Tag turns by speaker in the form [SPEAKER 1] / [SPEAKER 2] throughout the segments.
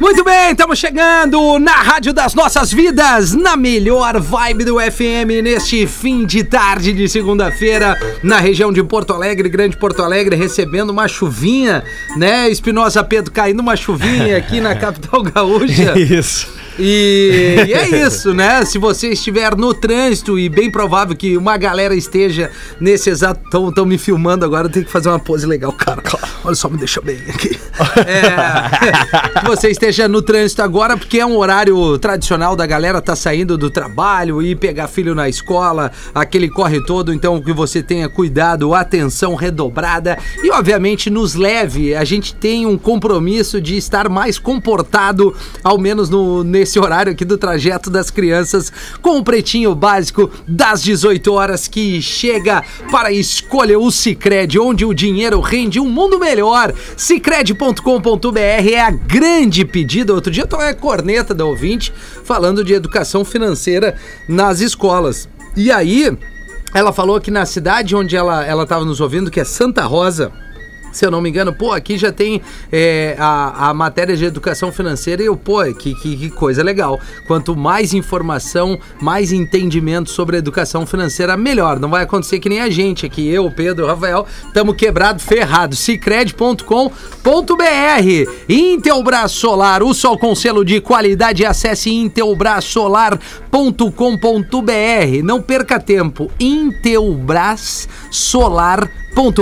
[SPEAKER 1] Muito bem, estamos chegando na Rádio das Nossas Vidas, na melhor vibe do FM neste fim de tarde de segunda-feira, na região de Porto Alegre, Grande Porto Alegre, recebendo uma chuvinha, né? Espinosa Pedro caindo uma chuvinha aqui na capital gaúcha.
[SPEAKER 2] Isso.
[SPEAKER 1] E, e é isso, né? Se você estiver no trânsito, e bem provável que uma galera esteja nesse exato. Estão me filmando agora, eu tenho que fazer uma pose legal, cara. Olha só, me deixa bem aqui. É, que você esteja no trânsito agora, porque é um horário tradicional da galera tá saindo do trabalho, ir pegar filho na escola, aquele corre todo. Então, que você tenha cuidado, atenção redobrada e, obviamente, nos leve. A gente tem um compromisso de estar mais comportado, ao menos no, nesse horário aqui do trajeto das crianças, com o pretinho básico das 18 horas que chega para escolha o Cicred, onde o dinheiro rende um mundo melhor. Cicred.com.br é a grande pedida. Outro dia eu tomei a corneta da ouvinte falando de educação financeira nas escolas. E aí, ela falou que na cidade onde ela estava nos ouvindo, que é Santa Rosa, se eu não me engano, pô, aqui já tem é, a, a matéria de educação financeira e eu, pô, que, que, que coisa legal. Quanto mais informação, mais entendimento sobre a educação financeira, melhor. Não vai acontecer que nem a gente aqui, eu, Pedro, Rafael, estamos quebrado, ferrado. Cicred.com.br Intelbras Solar, o sol com selo de qualidade, acesse intelbrasolar.com.br. Não perca tempo, Intelbras Solar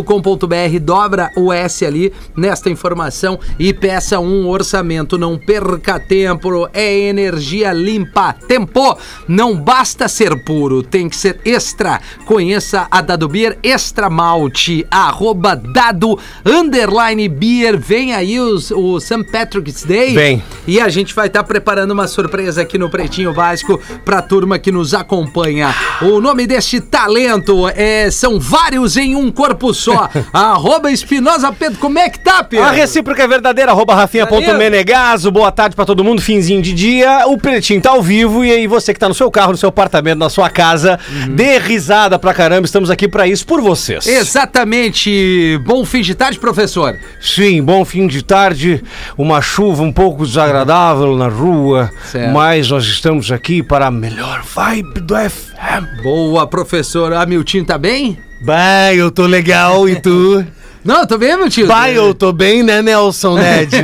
[SPEAKER 1] com.br dobra o S ali nesta informação e peça um orçamento. Não perca tempo, é energia limpa. Tempo! Não basta ser puro, tem que ser extra. Conheça a Dado Beer Extra Malte, arroba dado underline beer. Vem aí os, o St. Patrick's Day.
[SPEAKER 2] Vem.
[SPEAKER 1] E a gente vai estar preparando uma surpresa aqui no Pretinho Básico pra turma que nos acompanha. O nome deste talento é são vários em um corpo corpo só. Arroba Espinosa Pedro, como é que tá, Pedro?
[SPEAKER 2] A recíproca é verdadeira, arroba rafinha.menegaso. Boa tarde pra todo mundo, finzinho de dia. O Pretinho tá ao vivo e aí você que tá no seu carro, no seu apartamento, na sua casa, dê risada pra caramba. Estamos aqui pra Uhum. isso, por vocês.
[SPEAKER 1] Exatamente. Bom fim de tarde, professor.
[SPEAKER 2] Sim, bom fim de tarde. Uma chuva um pouco desagradável na rua,
[SPEAKER 1] Certo.
[SPEAKER 2] mas nós estamos aqui para a melhor vibe do FM.
[SPEAKER 1] Boa, professor. Hamilton tá bem?
[SPEAKER 2] Vai, eu tô legal e tu?
[SPEAKER 1] Não, eu tô bem, meu tio.
[SPEAKER 2] Vai, eu tô bem, né, Nelson Ned?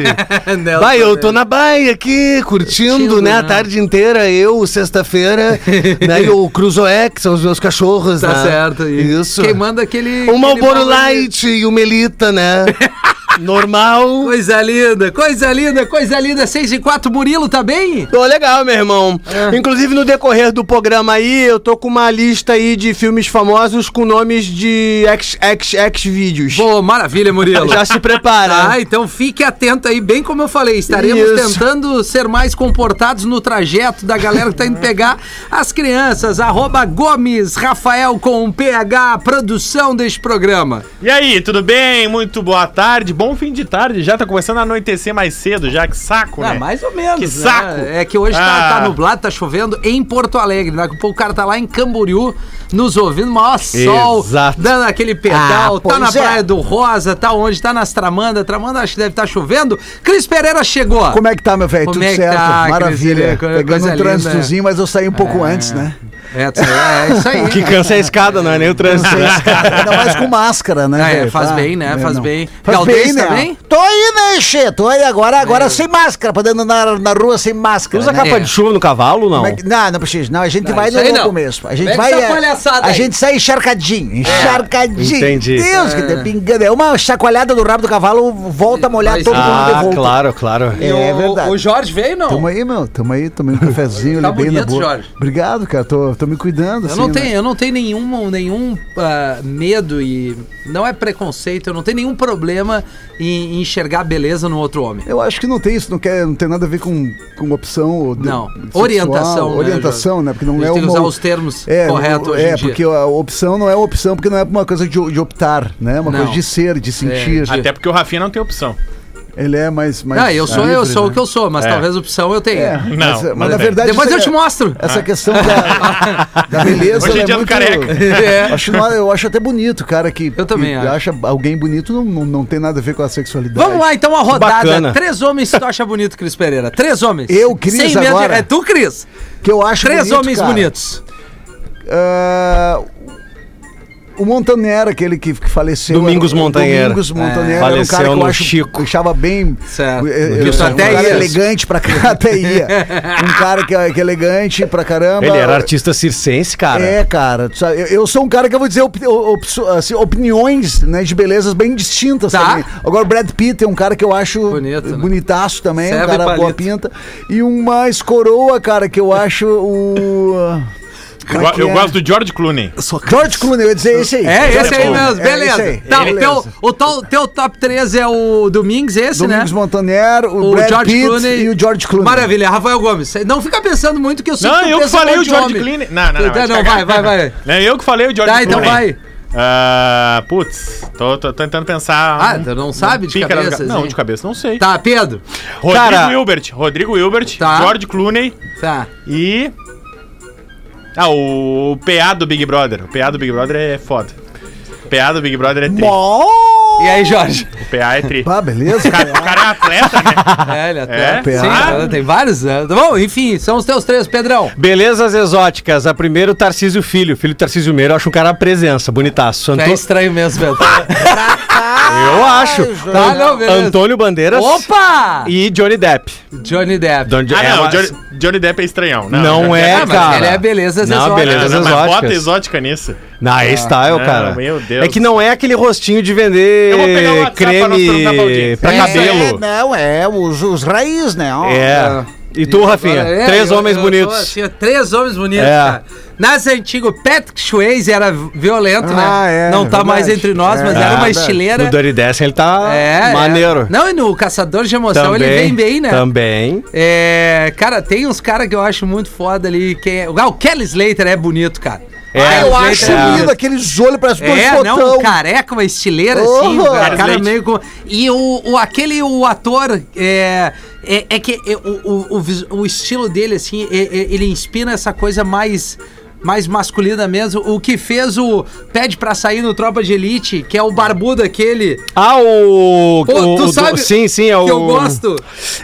[SPEAKER 1] Nelson
[SPEAKER 2] Vai, eu tô
[SPEAKER 1] Ned.
[SPEAKER 2] na baia aqui, curtindo,
[SPEAKER 1] Curtindo,
[SPEAKER 2] né, a
[SPEAKER 1] né?
[SPEAKER 2] tarde inteira, eu, sexta-feira, né, e o Cruzoé, que são os meus cachorros,
[SPEAKER 1] Tá
[SPEAKER 2] né?
[SPEAKER 1] certo. E
[SPEAKER 2] Isso.
[SPEAKER 1] Quem manda aquele.
[SPEAKER 2] O Malboro
[SPEAKER 1] aquele mal-
[SPEAKER 2] Light e o Melita, né? Normal.
[SPEAKER 1] Coisa linda, coisa linda, coisa linda. 6 e 4, Murilo, tá bem?
[SPEAKER 2] Tô legal, meu irmão.
[SPEAKER 1] É.
[SPEAKER 2] Inclusive, no decorrer do programa aí, eu tô com uma lista aí de filmes famosos com nomes de ex, ex, ex vídeos.
[SPEAKER 1] Boa, maravilha, Murilo.
[SPEAKER 2] Já se prepara.
[SPEAKER 1] Ah, então fique atento aí, bem como eu falei, estaremos
[SPEAKER 2] Isso.
[SPEAKER 1] tentando ser mais comportados no trajeto da galera que tá
[SPEAKER 2] Uhum.
[SPEAKER 1] indo pegar as crianças. Arroba Gomes Rafael com PH, produção deste programa.
[SPEAKER 3] E aí, tudo bem? Muito boa tarde, bom fim de tarde. Já tá começando a anoitecer mais cedo, já que saco, né?
[SPEAKER 1] ou menos. né?
[SPEAKER 3] Que saco.
[SPEAKER 1] É que hoje tá,
[SPEAKER 3] Ah.
[SPEAKER 1] tá nublado, tá chovendo em Porto Alegre. Daqui a pouco o cara tá lá em Camboriú, nos ouvindo, maior sol,
[SPEAKER 2] Exato.
[SPEAKER 1] dando aquele pedal,
[SPEAKER 2] Ah,
[SPEAKER 1] tá na
[SPEAKER 2] pois é.
[SPEAKER 1] Praia do Rosa, tá onde? Tá nas Tramanda. Tramanda acho que deve estar chovendo. Cris Pereira chegou.
[SPEAKER 4] Como é que tá, meu velho?
[SPEAKER 1] Como
[SPEAKER 4] Tudo
[SPEAKER 1] é que
[SPEAKER 4] certo?
[SPEAKER 1] tá,
[SPEAKER 4] Maravilha.
[SPEAKER 1] Crisilha? Co-
[SPEAKER 4] Pegando
[SPEAKER 1] coisa
[SPEAKER 4] um
[SPEAKER 1] é linda.
[SPEAKER 4] trânsitozinho, mas eu saí um pouco antes, né?
[SPEAKER 1] É, tu- é, é isso aí.
[SPEAKER 2] Que cansa a escada, não é nem o trânsito. né?
[SPEAKER 4] Ainda mais com máscara, né?
[SPEAKER 1] Ah, é,
[SPEAKER 4] velho?
[SPEAKER 1] faz
[SPEAKER 4] Tá,
[SPEAKER 1] bem, né?
[SPEAKER 4] meu
[SPEAKER 1] Faz
[SPEAKER 4] irmão.
[SPEAKER 1] bem.
[SPEAKER 4] Faz
[SPEAKER 1] Galdês
[SPEAKER 4] bem, né?
[SPEAKER 1] também? É.
[SPEAKER 4] Tô aí, né, Xê? Tô aí agora, agora sem máscara, podendo andar na rua sem máscara.
[SPEAKER 2] Usa
[SPEAKER 4] né?
[SPEAKER 2] capa de chuva no cavalo, não?
[SPEAKER 4] Como é que- Não, não precisa. Não, a gente vai
[SPEAKER 1] isso
[SPEAKER 4] no
[SPEAKER 1] aí
[SPEAKER 4] louco
[SPEAKER 1] não.
[SPEAKER 4] mesmo. A
[SPEAKER 1] Pega
[SPEAKER 4] gente vai.
[SPEAKER 1] essa
[SPEAKER 4] é,
[SPEAKER 1] palhaçada
[SPEAKER 4] a
[SPEAKER 1] aí. É.
[SPEAKER 4] gente sai encharcadinho. Encharcadinho.
[SPEAKER 2] Entendi.
[SPEAKER 4] Deus, que te pingando. É uma chacoalhada do rabo do cavalo, volta a molhar
[SPEAKER 1] Mas-
[SPEAKER 4] todo mundo de
[SPEAKER 2] Ah,
[SPEAKER 4] volta.
[SPEAKER 2] claro, claro.
[SPEAKER 1] E
[SPEAKER 4] É,
[SPEAKER 1] o-
[SPEAKER 4] verdade.
[SPEAKER 1] O Jorge veio, não?
[SPEAKER 4] Tamo aí, meu. Tamo aí, tomei um cafezinho
[SPEAKER 1] Tá
[SPEAKER 4] ali bem na
[SPEAKER 1] bonito,
[SPEAKER 4] boa.
[SPEAKER 1] Jorge.
[SPEAKER 4] Obrigado, cara. Tô, tô me cuidando.
[SPEAKER 1] Eu
[SPEAKER 4] assim,
[SPEAKER 1] não
[SPEAKER 4] né?
[SPEAKER 1] tenho, eu não tenho nenhum, nenhum ah, medo e não é preconceito, eu não tenho nenhum problema em, em enxergar beleza no outro homem.
[SPEAKER 4] Eu acho que não tem isso, não, quer, não tem nada a ver com, com opção. ou de-
[SPEAKER 1] Não.
[SPEAKER 4] sexual,
[SPEAKER 1] Orientação, né,
[SPEAKER 4] orientação,
[SPEAKER 1] Jorge?
[SPEAKER 4] né? Porque não
[SPEAKER 1] A gente
[SPEAKER 4] é
[SPEAKER 1] tem que
[SPEAKER 4] uma.
[SPEAKER 1] usar os termos
[SPEAKER 4] é,
[SPEAKER 1] corretos hoje em
[SPEAKER 4] É,
[SPEAKER 1] dia.
[SPEAKER 4] porque a opção não é opção, porque não é uma coisa de, de optar, né? É uma
[SPEAKER 1] Não.
[SPEAKER 4] coisa de ser, de sentir.
[SPEAKER 1] entendi.
[SPEAKER 3] Até porque o Rafinha não tem opção.
[SPEAKER 5] Ele é mais. mais
[SPEAKER 1] Ah, eu sou, eu
[SPEAKER 5] livre,
[SPEAKER 1] sou o
[SPEAKER 5] né?
[SPEAKER 1] que eu sou, mas
[SPEAKER 3] É.
[SPEAKER 1] talvez opção eu tenha.
[SPEAKER 5] É,
[SPEAKER 3] Não,
[SPEAKER 5] mas, mas
[SPEAKER 3] não
[SPEAKER 5] na
[SPEAKER 3] tem.
[SPEAKER 5] verdade.
[SPEAKER 1] Depois
[SPEAKER 5] essa- é-
[SPEAKER 1] eu
[SPEAKER 4] é
[SPEAKER 1] te mostro.
[SPEAKER 5] Essa questão da, da beleza.
[SPEAKER 3] Hoje em
[SPEAKER 5] ela
[SPEAKER 3] dia
[SPEAKER 5] é
[SPEAKER 3] do
[SPEAKER 5] muito,
[SPEAKER 3] careca.
[SPEAKER 1] É.
[SPEAKER 5] Acho, no- eu acho até bonito, cara, que,
[SPEAKER 1] Eu também
[SPEAKER 5] que
[SPEAKER 1] acho.
[SPEAKER 5] acha alguém bonito não, não, não tem nada a ver com a sexualidade.
[SPEAKER 1] Vamos lá, então, a rodada.
[SPEAKER 2] Bacana.
[SPEAKER 1] Três homens que tu acha bonito, Cris Pereira. Três homens.
[SPEAKER 5] Eu, Cris,
[SPEAKER 1] Sem medo de-
[SPEAKER 5] agora?
[SPEAKER 1] É tu, Cris.
[SPEAKER 5] Que eu acho
[SPEAKER 1] Três
[SPEAKER 5] bonito,
[SPEAKER 1] homens
[SPEAKER 5] cara.
[SPEAKER 1] bonitos.
[SPEAKER 5] Ah, o Montanera, aquele que, que faleceu.
[SPEAKER 2] Domingos
[SPEAKER 5] era- o
[SPEAKER 2] Montanhera.
[SPEAKER 5] Domingos Montanera. era um
[SPEAKER 2] Faleceu
[SPEAKER 5] cara que eu
[SPEAKER 2] no
[SPEAKER 5] acho,
[SPEAKER 2] Chico.
[SPEAKER 5] Eu achava bem.
[SPEAKER 1] É. Certo.
[SPEAKER 5] eh, eh,
[SPEAKER 2] No Rio
[SPEAKER 5] um
[SPEAKER 2] São
[SPEAKER 5] cara
[SPEAKER 1] Paulo.
[SPEAKER 5] elegante pra caramba. Até ia. Um cara que, é- que é elegante pra caramba.
[SPEAKER 2] Ele era artista circense, cara.
[SPEAKER 5] É, cara. tu sabe, eu, eu sou um cara que eu vou dizer op- op- assim, opiniões né, de belezas bem distintas
[SPEAKER 1] Tá.
[SPEAKER 5] também. Agora, o Brad Pitt é um cara que eu acho
[SPEAKER 1] Bonito, né?
[SPEAKER 5] bonitaço também,
[SPEAKER 1] Serve
[SPEAKER 5] um cara
[SPEAKER 1] palito.
[SPEAKER 5] boa pinta. E um mais coroa, cara, que eu acho o.
[SPEAKER 3] Eu,
[SPEAKER 5] Como é que
[SPEAKER 3] eu
[SPEAKER 5] é?
[SPEAKER 3] gosto do George Clooney.
[SPEAKER 5] George Clooney, eu ia dizer esse aí.
[SPEAKER 1] É, esse aí
[SPEAKER 3] bom.
[SPEAKER 1] mesmo,
[SPEAKER 5] É,
[SPEAKER 1] beleza.
[SPEAKER 5] esse aí.
[SPEAKER 1] Tá,
[SPEAKER 5] Beleza.
[SPEAKER 1] o teu, o teu- teu top 3 é o Domingues, esse,
[SPEAKER 5] Domingos é
[SPEAKER 1] né?
[SPEAKER 5] Montaner, o,
[SPEAKER 1] O
[SPEAKER 5] Brad
[SPEAKER 1] George
[SPEAKER 5] Pitt
[SPEAKER 1] Clooney
[SPEAKER 5] e o George Clooney.
[SPEAKER 1] Maravilha, Rafael Gomes. Não fica pensando muito que eu sei
[SPEAKER 3] Não,
[SPEAKER 1] tu
[SPEAKER 3] eu que
[SPEAKER 1] pensa um
[SPEAKER 3] falei
[SPEAKER 1] monte
[SPEAKER 3] o
[SPEAKER 1] de
[SPEAKER 3] George
[SPEAKER 1] homem.
[SPEAKER 3] Clooney. Não, não, não.
[SPEAKER 1] Tá,
[SPEAKER 3] te
[SPEAKER 1] não, vai,
[SPEAKER 3] cagar.
[SPEAKER 1] vai, vai.
[SPEAKER 3] Não, É, eu que falei o George
[SPEAKER 1] Tá,
[SPEAKER 3] Clooney.
[SPEAKER 1] então vai.
[SPEAKER 3] Ah, putz, tô, tô tentando pensar. um
[SPEAKER 1] Ah, tu não sabe de
[SPEAKER 3] pica nas
[SPEAKER 1] cabeça,
[SPEAKER 3] ga-
[SPEAKER 1] assim?
[SPEAKER 3] Não, de cabeça não sei.
[SPEAKER 1] Tá, Pedro.
[SPEAKER 3] Rodrigo
[SPEAKER 2] Cara-
[SPEAKER 3] Hilbert, Rodrigo Hilbert,
[SPEAKER 1] Tá.
[SPEAKER 3] George Clooney
[SPEAKER 1] Tá.
[SPEAKER 3] e. Ah, o, o PA do Big Brother. O PA do Big Brother é foda. O PA do Big Brother é tri.
[SPEAKER 1] E aí, Jorge?
[SPEAKER 3] O PA é tri.
[SPEAKER 5] Ah, beleza.
[SPEAKER 3] O cara, o cara é atleta, né?
[SPEAKER 1] É, ele
[SPEAKER 3] É?
[SPEAKER 1] até. Sim,
[SPEAKER 3] Ah.
[SPEAKER 1] cara, tem vários. né? Bom, enfim, são os teus três, Pedrão.
[SPEAKER 2] Belezas exóticas. A primeira, o Tarcísio Filho. Filho do Tarcísio Meira, eu acho um cara a presença, bonitaço.
[SPEAKER 1] É Tá.
[SPEAKER 2] Anto-
[SPEAKER 1] estranho mesmo, Pedro.
[SPEAKER 2] Eu acho. Então,
[SPEAKER 1] Ah, não, beleza.
[SPEAKER 2] Antônio Bandeiras
[SPEAKER 1] Opa!
[SPEAKER 2] e Johnny Depp.
[SPEAKER 1] Johnny Depp.
[SPEAKER 2] Don-
[SPEAKER 3] Ah,
[SPEAKER 2] é
[SPEAKER 3] não,
[SPEAKER 2] uma-
[SPEAKER 3] o Johnny, Johnny Depp é estranhão.
[SPEAKER 2] Não
[SPEAKER 3] Johnny
[SPEAKER 2] é,
[SPEAKER 3] Depp
[SPEAKER 1] Ah, mas
[SPEAKER 2] cara.
[SPEAKER 1] ele é belezas
[SPEAKER 2] Não,
[SPEAKER 1] exóticas.
[SPEAKER 3] Não,
[SPEAKER 2] belezas
[SPEAKER 3] não, mas bota
[SPEAKER 2] exóticas.
[SPEAKER 3] exótica nisso.
[SPEAKER 2] Não, é style,
[SPEAKER 3] Ah,
[SPEAKER 2] cara.
[SPEAKER 3] meu Deus.
[SPEAKER 2] É que não é aquele rostinho de
[SPEAKER 3] Eu vou pegar o
[SPEAKER 2] vender
[SPEAKER 3] WhatsApp pra nós trocar pra
[SPEAKER 2] creme
[SPEAKER 3] audiência.
[SPEAKER 2] pra
[SPEAKER 4] É,
[SPEAKER 2] cabelo.
[SPEAKER 4] não, é, os, os raiz, né? ó.
[SPEAKER 2] É. E tu, Rafinha?
[SPEAKER 1] É,
[SPEAKER 2] Três
[SPEAKER 1] eu-
[SPEAKER 2] homens
[SPEAKER 1] eu tô
[SPEAKER 2] bonitos.
[SPEAKER 1] assim, ó, três homens bonitos,
[SPEAKER 2] É.
[SPEAKER 1] cara. Nas antigas, o Patrick Swayze era violento,
[SPEAKER 5] Ah,
[SPEAKER 1] né?
[SPEAKER 5] é,
[SPEAKER 1] não tá
[SPEAKER 5] verdade.
[SPEAKER 1] mais entre nós, mas
[SPEAKER 5] É,
[SPEAKER 1] era uma
[SPEAKER 3] Ah,
[SPEAKER 5] verdade.
[SPEAKER 2] No
[SPEAKER 1] estileira.
[SPEAKER 2] Ah, Dirty Dancing ele tá
[SPEAKER 1] É, é.
[SPEAKER 2] maneiro.
[SPEAKER 1] Não, e no Caçador de Emoção
[SPEAKER 2] Também,
[SPEAKER 1] ele vem bem, né?
[SPEAKER 2] Também.
[SPEAKER 1] É, cara, tem uns caras que eu acho muito foda ali. Quem é... Ah, o Kelly Slater é bonito, cara.
[SPEAKER 2] É,
[SPEAKER 1] Ah, eu
[SPEAKER 5] eu
[SPEAKER 2] Slater
[SPEAKER 1] acho
[SPEAKER 5] acho
[SPEAKER 2] é-
[SPEAKER 5] lindo aqueles olhos, parece dois
[SPEAKER 1] É, não,
[SPEAKER 5] botão.
[SPEAKER 1] um careca, uma estileira assim,
[SPEAKER 5] Porra!
[SPEAKER 1] cara, cara
[SPEAKER 3] Leite.
[SPEAKER 1] meio com... E o, o- aquele, o ator, é, é, é que é, o, o, o vis- o estilo dele, assim, é- é- ele inspira essa coisa mais... Mais masculina mesmo, o que fez o Pede pra sair no Tropa de Elite, que é o barbudo aquele.
[SPEAKER 2] Ah, o.
[SPEAKER 1] Pô,
[SPEAKER 2] o-
[SPEAKER 1] tu
[SPEAKER 2] o du-
[SPEAKER 1] sabe
[SPEAKER 2] Sim, sim, é o.
[SPEAKER 1] que eu gosto.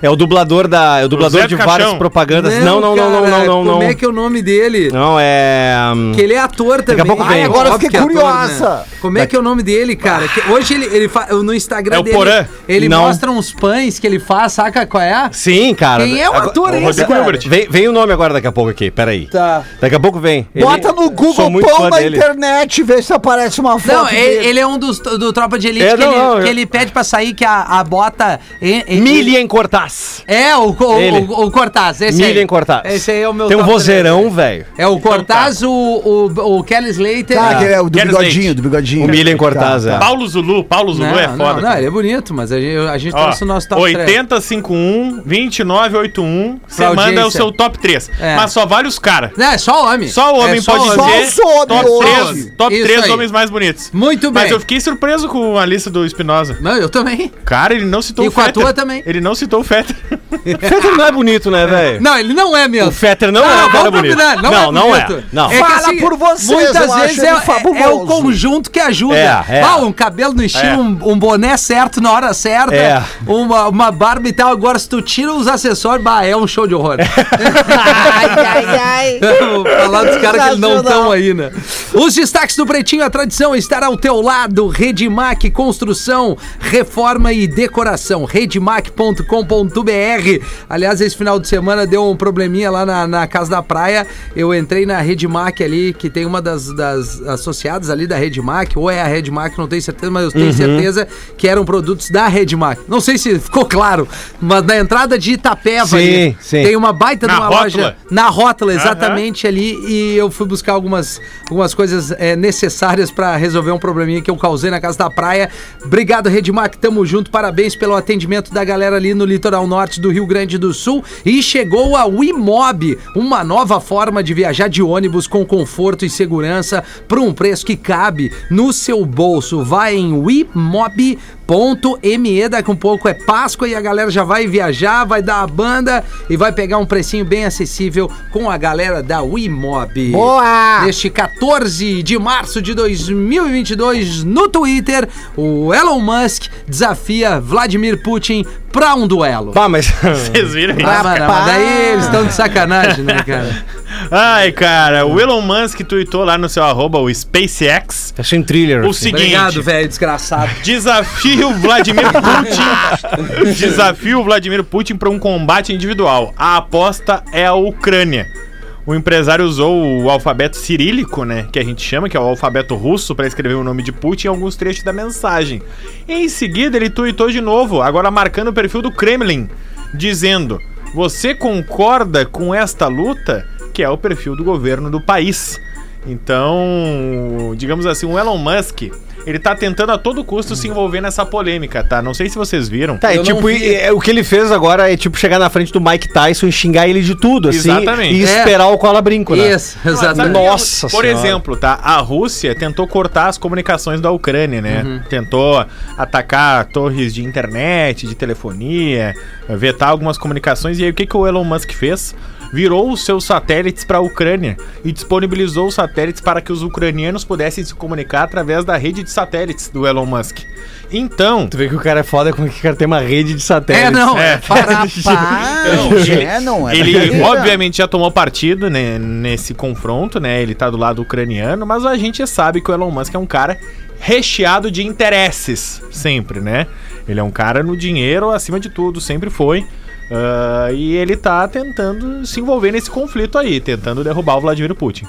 [SPEAKER 2] É o dublador da. É o dublador
[SPEAKER 3] Zé
[SPEAKER 2] de
[SPEAKER 3] do
[SPEAKER 2] várias
[SPEAKER 3] Caixão.
[SPEAKER 2] propagandas. Não, não, não, não,
[SPEAKER 1] cara,
[SPEAKER 2] não, não, não.
[SPEAKER 1] Como é que é o nome dele?
[SPEAKER 2] Não, é. hum,
[SPEAKER 1] Que ele é ator também.
[SPEAKER 2] pouco vem. Ai,
[SPEAKER 5] agora eu fiquei
[SPEAKER 1] Óbvio que é ator,
[SPEAKER 5] curiosa.
[SPEAKER 1] né? Como é que é o nome dele, cara? Que hoje ele, ele fa- no Instagram
[SPEAKER 3] É o
[SPEAKER 1] dele,
[SPEAKER 3] Porã.
[SPEAKER 1] ele
[SPEAKER 2] Não.
[SPEAKER 1] mostra uns pães que ele faz, saca qual é?
[SPEAKER 2] Sim, cara.
[SPEAKER 1] Quem é o
[SPEAKER 2] Agora-
[SPEAKER 1] ator
[SPEAKER 3] o
[SPEAKER 1] esse,
[SPEAKER 3] Rodrigo
[SPEAKER 1] cara?
[SPEAKER 3] Hilbert.
[SPEAKER 2] Vem, vem o nome agora daqui a pouco aqui, peraí.
[SPEAKER 1] Tá.
[SPEAKER 2] Daqui a pouco vem. Ele-
[SPEAKER 5] Bota no
[SPEAKER 2] Sou
[SPEAKER 5] Google
[SPEAKER 2] muito
[SPEAKER 5] pão
[SPEAKER 2] fã
[SPEAKER 5] na
[SPEAKER 2] dele.
[SPEAKER 5] internet e vê se aparece uma foto.
[SPEAKER 1] Não,
[SPEAKER 5] dele.
[SPEAKER 1] ele, ele é um dos do Tropa de Elite
[SPEAKER 2] É,
[SPEAKER 1] que,
[SPEAKER 2] não,
[SPEAKER 1] ele,
[SPEAKER 2] não,
[SPEAKER 1] que
[SPEAKER 2] eu-
[SPEAKER 1] ele pede pra sair, que a, a bota. e- e-
[SPEAKER 2] Milian Cortaz.
[SPEAKER 1] É, o, o,
[SPEAKER 2] Ele.
[SPEAKER 1] o, o Cortaz. Esse aí.
[SPEAKER 2] Milian Cortaz.
[SPEAKER 1] Esse aí é o meu
[SPEAKER 2] Tem um
[SPEAKER 1] top três,
[SPEAKER 2] vozeirão,
[SPEAKER 1] né?
[SPEAKER 2] velho.
[SPEAKER 1] É o Cortaz, o, o, o Kelly Slater.
[SPEAKER 4] Ah,
[SPEAKER 5] Tá, aquele é o do
[SPEAKER 3] Quero
[SPEAKER 5] bigodinho,
[SPEAKER 3] leite.
[SPEAKER 5] do bigodinho.
[SPEAKER 2] O Milian Cortaz,
[SPEAKER 5] Tá,
[SPEAKER 2] é.
[SPEAKER 5] tá.
[SPEAKER 3] Paulo Zulu, Paulo Zulu
[SPEAKER 1] Não,
[SPEAKER 3] é
[SPEAKER 1] não,
[SPEAKER 3] foda.
[SPEAKER 1] não, ele é bonito, mas a gente, a gente
[SPEAKER 3] Ó,
[SPEAKER 1] trouxe o nosso top 3.
[SPEAKER 3] 8051 2981 você
[SPEAKER 1] Pra
[SPEAKER 3] manda o
[SPEAKER 1] audiência.
[SPEAKER 3] seu top 3.
[SPEAKER 1] É.
[SPEAKER 3] Mas só vale os caras.
[SPEAKER 1] Não, é só homem.
[SPEAKER 3] Só o homem
[SPEAKER 1] É
[SPEAKER 3] pode
[SPEAKER 1] homem.
[SPEAKER 3] dizer
[SPEAKER 5] Só os homens,
[SPEAKER 3] top
[SPEAKER 5] homem.
[SPEAKER 3] 3, top
[SPEAKER 1] Isso
[SPEAKER 3] 3
[SPEAKER 1] aí.
[SPEAKER 3] homens mais bonitos.
[SPEAKER 1] Muito bem.
[SPEAKER 3] Mas eu fiquei surpreso com a lista do Espinosa.
[SPEAKER 1] Não, eu também.
[SPEAKER 3] Cara, ele não citou
[SPEAKER 1] E
[SPEAKER 3] o
[SPEAKER 1] com a
[SPEAKER 3] Fetter.
[SPEAKER 1] tua também.
[SPEAKER 3] Ele não citou o Fetter.
[SPEAKER 2] Fetter não é bonito, né, velho?
[SPEAKER 1] Não, ele não é mesmo.
[SPEAKER 2] O Fetter não, é um cara bonito.
[SPEAKER 1] combinar, Não,
[SPEAKER 2] não,
[SPEAKER 1] é
[SPEAKER 2] não
[SPEAKER 1] bonito.
[SPEAKER 2] é. Não.
[SPEAKER 1] que, assim,
[SPEAKER 5] Fala por vocês, eu
[SPEAKER 1] Muitas
[SPEAKER 5] acho
[SPEAKER 1] vezes
[SPEAKER 5] ele
[SPEAKER 1] é, é, é o
[SPEAKER 5] fabuloso.
[SPEAKER 1] conjunto que ajuda.
[SPEAKER 2] É, é.
[SPEAKER 1] Ah, um cabelo no estilo,
[SPEAKER 3] É.
[SPEAKER 1] um, um boné certo na hora certa,
[SPEAKER 2] É.
[SPEAKER 1] uma, uma barba e tal. Agora, se tu tira os acessórios, bah, é um show de horror.
[SPEAKER 4] Ai, ai.
[SPEAKER 1] Vou falar dos caras que eles não estão aí, né? Os destaques do Pretinho, a tradição é estar ao teu lado. Redmac Construção, Reforma e Decoração. Redmac.com.br. Aliás, esse final de semana deu um probleminha lá na, na Casa da Praia. Eu entrei na Redmac ali, que tem uma das, das associadas ali da Redmac, ou é a Redmac, não tenho certeza, mas eu
[SPEAKER 2] Uhum.
[SPEAKER 1] tenho certeza que eram produtos da Redmac. Não sei se ficou claro, mas na entrada de Itapeva
[SPEAKER 2] Sim,
[SPEAKER 1] ali,
[SPEAKER 2] sim.
[SPEAKER 1] tem uma baita de
[SPEAKER 3] Na
[SPEAKER 1] uma
[SPEAKER 3] rótula.
[SPEAKER 1] loja na rótula, exatamente ali, e eu fui buscar algumas, algumas coisas é, necessárias pra resolver um probleminha que eu causei na casa da praia. Obrigado, Redmac, tamo junto, parabéns pelo atendimento da galera ali no litoral norte do do Rio Grande do Sul e chegou a Wimob, uma nova forma de viajar de ônibus com conforto e segurança por um preço que cabe no seu bolso. Vai em wimob.me, daqui um pouco é Páscoa e a galera já vai viajar, vai dar a banda e vai pegar um precinho bem acessível com a galera da Wimob.
[SPEAKER 4] Boa!
[SPEAKER 1] Neste 14 de março de 2022, no Twitter, o Elon Musk desafia Vladimir Putin pra um duelo.
[SPEAKER 2] Pá, mas.
[SPEAKER 3] Vocês viram isso?
[SPEAKER 1] Ah, mano, mas daí eles estão de sacanagem, né, cara?
[SPEAKER 3] Ai, cara, o Elon Musk tweetou lá no seu arroba, o SpaceX,
[SPEAKER 2] Achei um thriller.
[SPEAKER 3] o
[SPEAKER 2] assim.
[SPEAKER 3] seguinte.
[SPEAKER 1] Obrigado, velho, desgraçado.
[SPEAKER 3] Desafio Vladimir Putin. Desafio Vladimir Putin para um combate individual. A aposta é a Ucrânia. O empresário usou o alfabeto cirílico, né, que a gente chama, que é o alfabeto russo, para escrever o nome de Putin em alguns trechos da mensagem. Em seguida, ele tuitou de novo, agora marcando o perfil do Kremlin, dizendo: "Você concorda com esta luta?" que é o perfil do governo do país. Então, digamos assim, o Elon Musk, ele tá tentando a todo custo se envolver nessa polêmica, tá? Não sei se vocês viram.
[SPEAKER 2] Tá,
[SPEAKER 1] Eu
[SPEAKER 2] é
[SPEAKER 1] não
[SPEAKER 2] tipo,
[SPEAKER 1] vi.
[SPEAKER 2] é, o que ele fez agora é tipo chegar na frente do Mike Tyson e xingar ele de tudo, assim.
[SPEAKER 3] Exatamente.
[SPEAKER 2] E
[SPEAKER 1] É.
[SPEAKER 2] esperar o cola brinco, né?
[SPEAKER 1] Isso, exatamente.
[SPEAKER 3] é, Sabe,
[SPEAKER 2] Nossa
[SPEAKER 3] Por
[SPEAKER 2] Senhora.
[SPEAKER 3] exemplo, tá? A Rússia tentou cortar as comunicações da Ucrânia, né?
[SPEAKER 1] Uhum.
[SPEAKER 3] Tentou atacar torres de internet, de telefonia, vetar algumas comunicações. E aí o que, que o Elon Musk fez? Virou os seus satélites para a Ucrânia e disponibilizou os satélites para que os ucranianos pudessem se comunicar através da rede de satélites do Elon Musk. Então,
[SPEAKER 2] Tu vê que o cara é foda como que o cara tem uma rede de satélite.
[SPEAKER 1] É, não, é.
[SPEAKER 3] É.
[SPEAKER 4] Rapaz, é, não é?
[SPEAKER 3] Ele obviamente já tomou partido né, nesse confronto, né? Ele tá do lado ucraniano, mas a gente sabe que o Elon Musk é um cara recheado de interesses, sempre, né? Ele é um cara no dinheiro acima de tudo, sempre foi. Ah, e ele tá tentando se envolver nesse conflito aí, tentando derrubar o Vladimir Putin.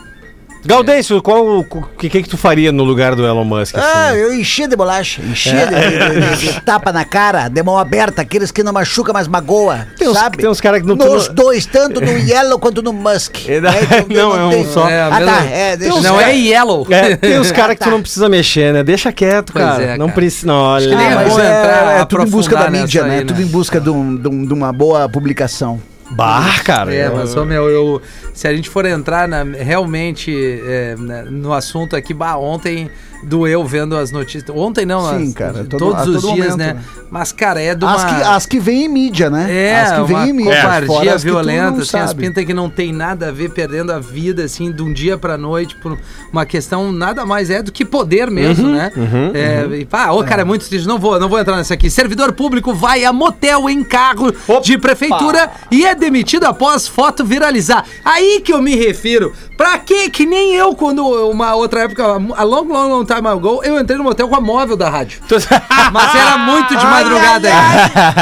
[SPEAKER 2] Gaudêncio, qual o que, que que tu faria no lugar do Elon Musk?
[SPEAKER 4] Ah,
[SPEAKER 2] assim?
[SPEAKER 4] eu enchia de bolacha, enchia de, de- de- de tapa na cara, de mão aberta, aqueles que não machuca, mas magoa,
[SPEAKER 2] Tem uns-
[SPEAKER 4] sabe?
[SPEAKER 2] tem uns cara que não- tu
[SPEAKER 4] Nos
[SPEAKER 2] não-
[SPEAKER 4] dois, tanto no Yellow quanto no Musk.
[SPEAKER 2] É, não,
[SPEAKER 4] Né?
[SPEAKER 2] não, é um
[SPEAKER 4] tem-
[SPEAKER 2] só.
[SPEAKER 1] É,
[SPEAKER 4] ah,
[SPEAKER 1] mesmo-
[SPEAKER 4] tá, é, deixa
[SPEAKER 1] Não
[SPEAKER 4] eu-
[SPEAKER 1] é yellow.
[SPEAKER 2] É, tem uns caras que tu não precisa mexer, né? Deixa quieto,
[SPEAKER 1] Pois
[SPEAKER 2] cara.
[SPEAKER 1] é,
[SPEAKER 2] Não
[SPEAKER 1] cara.
[SPEAKER 2] precisa. Não,
[SPEAKER 1] que nem
[SPEAKER 2] olha.
[SPEAKER 1] é
[SPEAKER 2] mas-
[SPEAKER 1] bom entrar,
[SPEAKER 5] Ah, é tudo em busca da
[SPEAKER 1] aprofundar
[SPEAKER 5] mídia,
[SPEAKER 1] nessa
[SPEAKER 5] né?
[SPEAKER 1] aí,
[SPEAKER 5] Tudo em busca de, um- de um- de uma boa publicação.
[SPEAKER 2] Bah, cara.
[SPEAKER 1] É, mas, ô, meu, eu, se a gente for entrar na- realmente é, na- no assunto aqui, bah, ontem doeu vendo as notícias. Ontem não,
[SPEAKER 5] Sim,
[SPEAKER 1] as-
[SPEAKER 5] cara, é todo-
[SPEAKER 1] todos
[SPEAKER 5] a
[SPEAKER 1] os
[SPEAKER 5] todo
[SPEAKER 1] dias,
[SPEAKER 5] momento,
[SPEAKER 1] né?
[SPEAKER 5] né?
[SPEAKER 1] Mas, cara, é de uma...
[SPEAKER 5] As que, as que vêm em mídia, né?
[SPEAKER 1] É,
[SPEAKER 5] as que
[SPEAKER 1] uma
[SPEAKER 5] vêm em mídia.
[SPEAKER 1] covardia
[SPEAKER 5] fora as que tu não
[SPEAKER 1] violenta, assim, as
[SPEAKER 5] sabe.
[SPEAKER 1] pintas que não tem nada a ver, perdendo a vida, assim, de um dia pra noite, por uma questão nada mais é do que poder mesmo, né? é, E, pá, ô, cara, é muito triste, não vou, não vou entrar nessa aqui. Servidor público vai a motel em carro de prefeitura e é demitido após foto viralizar. Aí que eu me refiro, pra que que nem eu, quando uma outra época, a long, long, long time ago, eu entrei no motel com a móvel da rádio. Mas era muito de madrugada,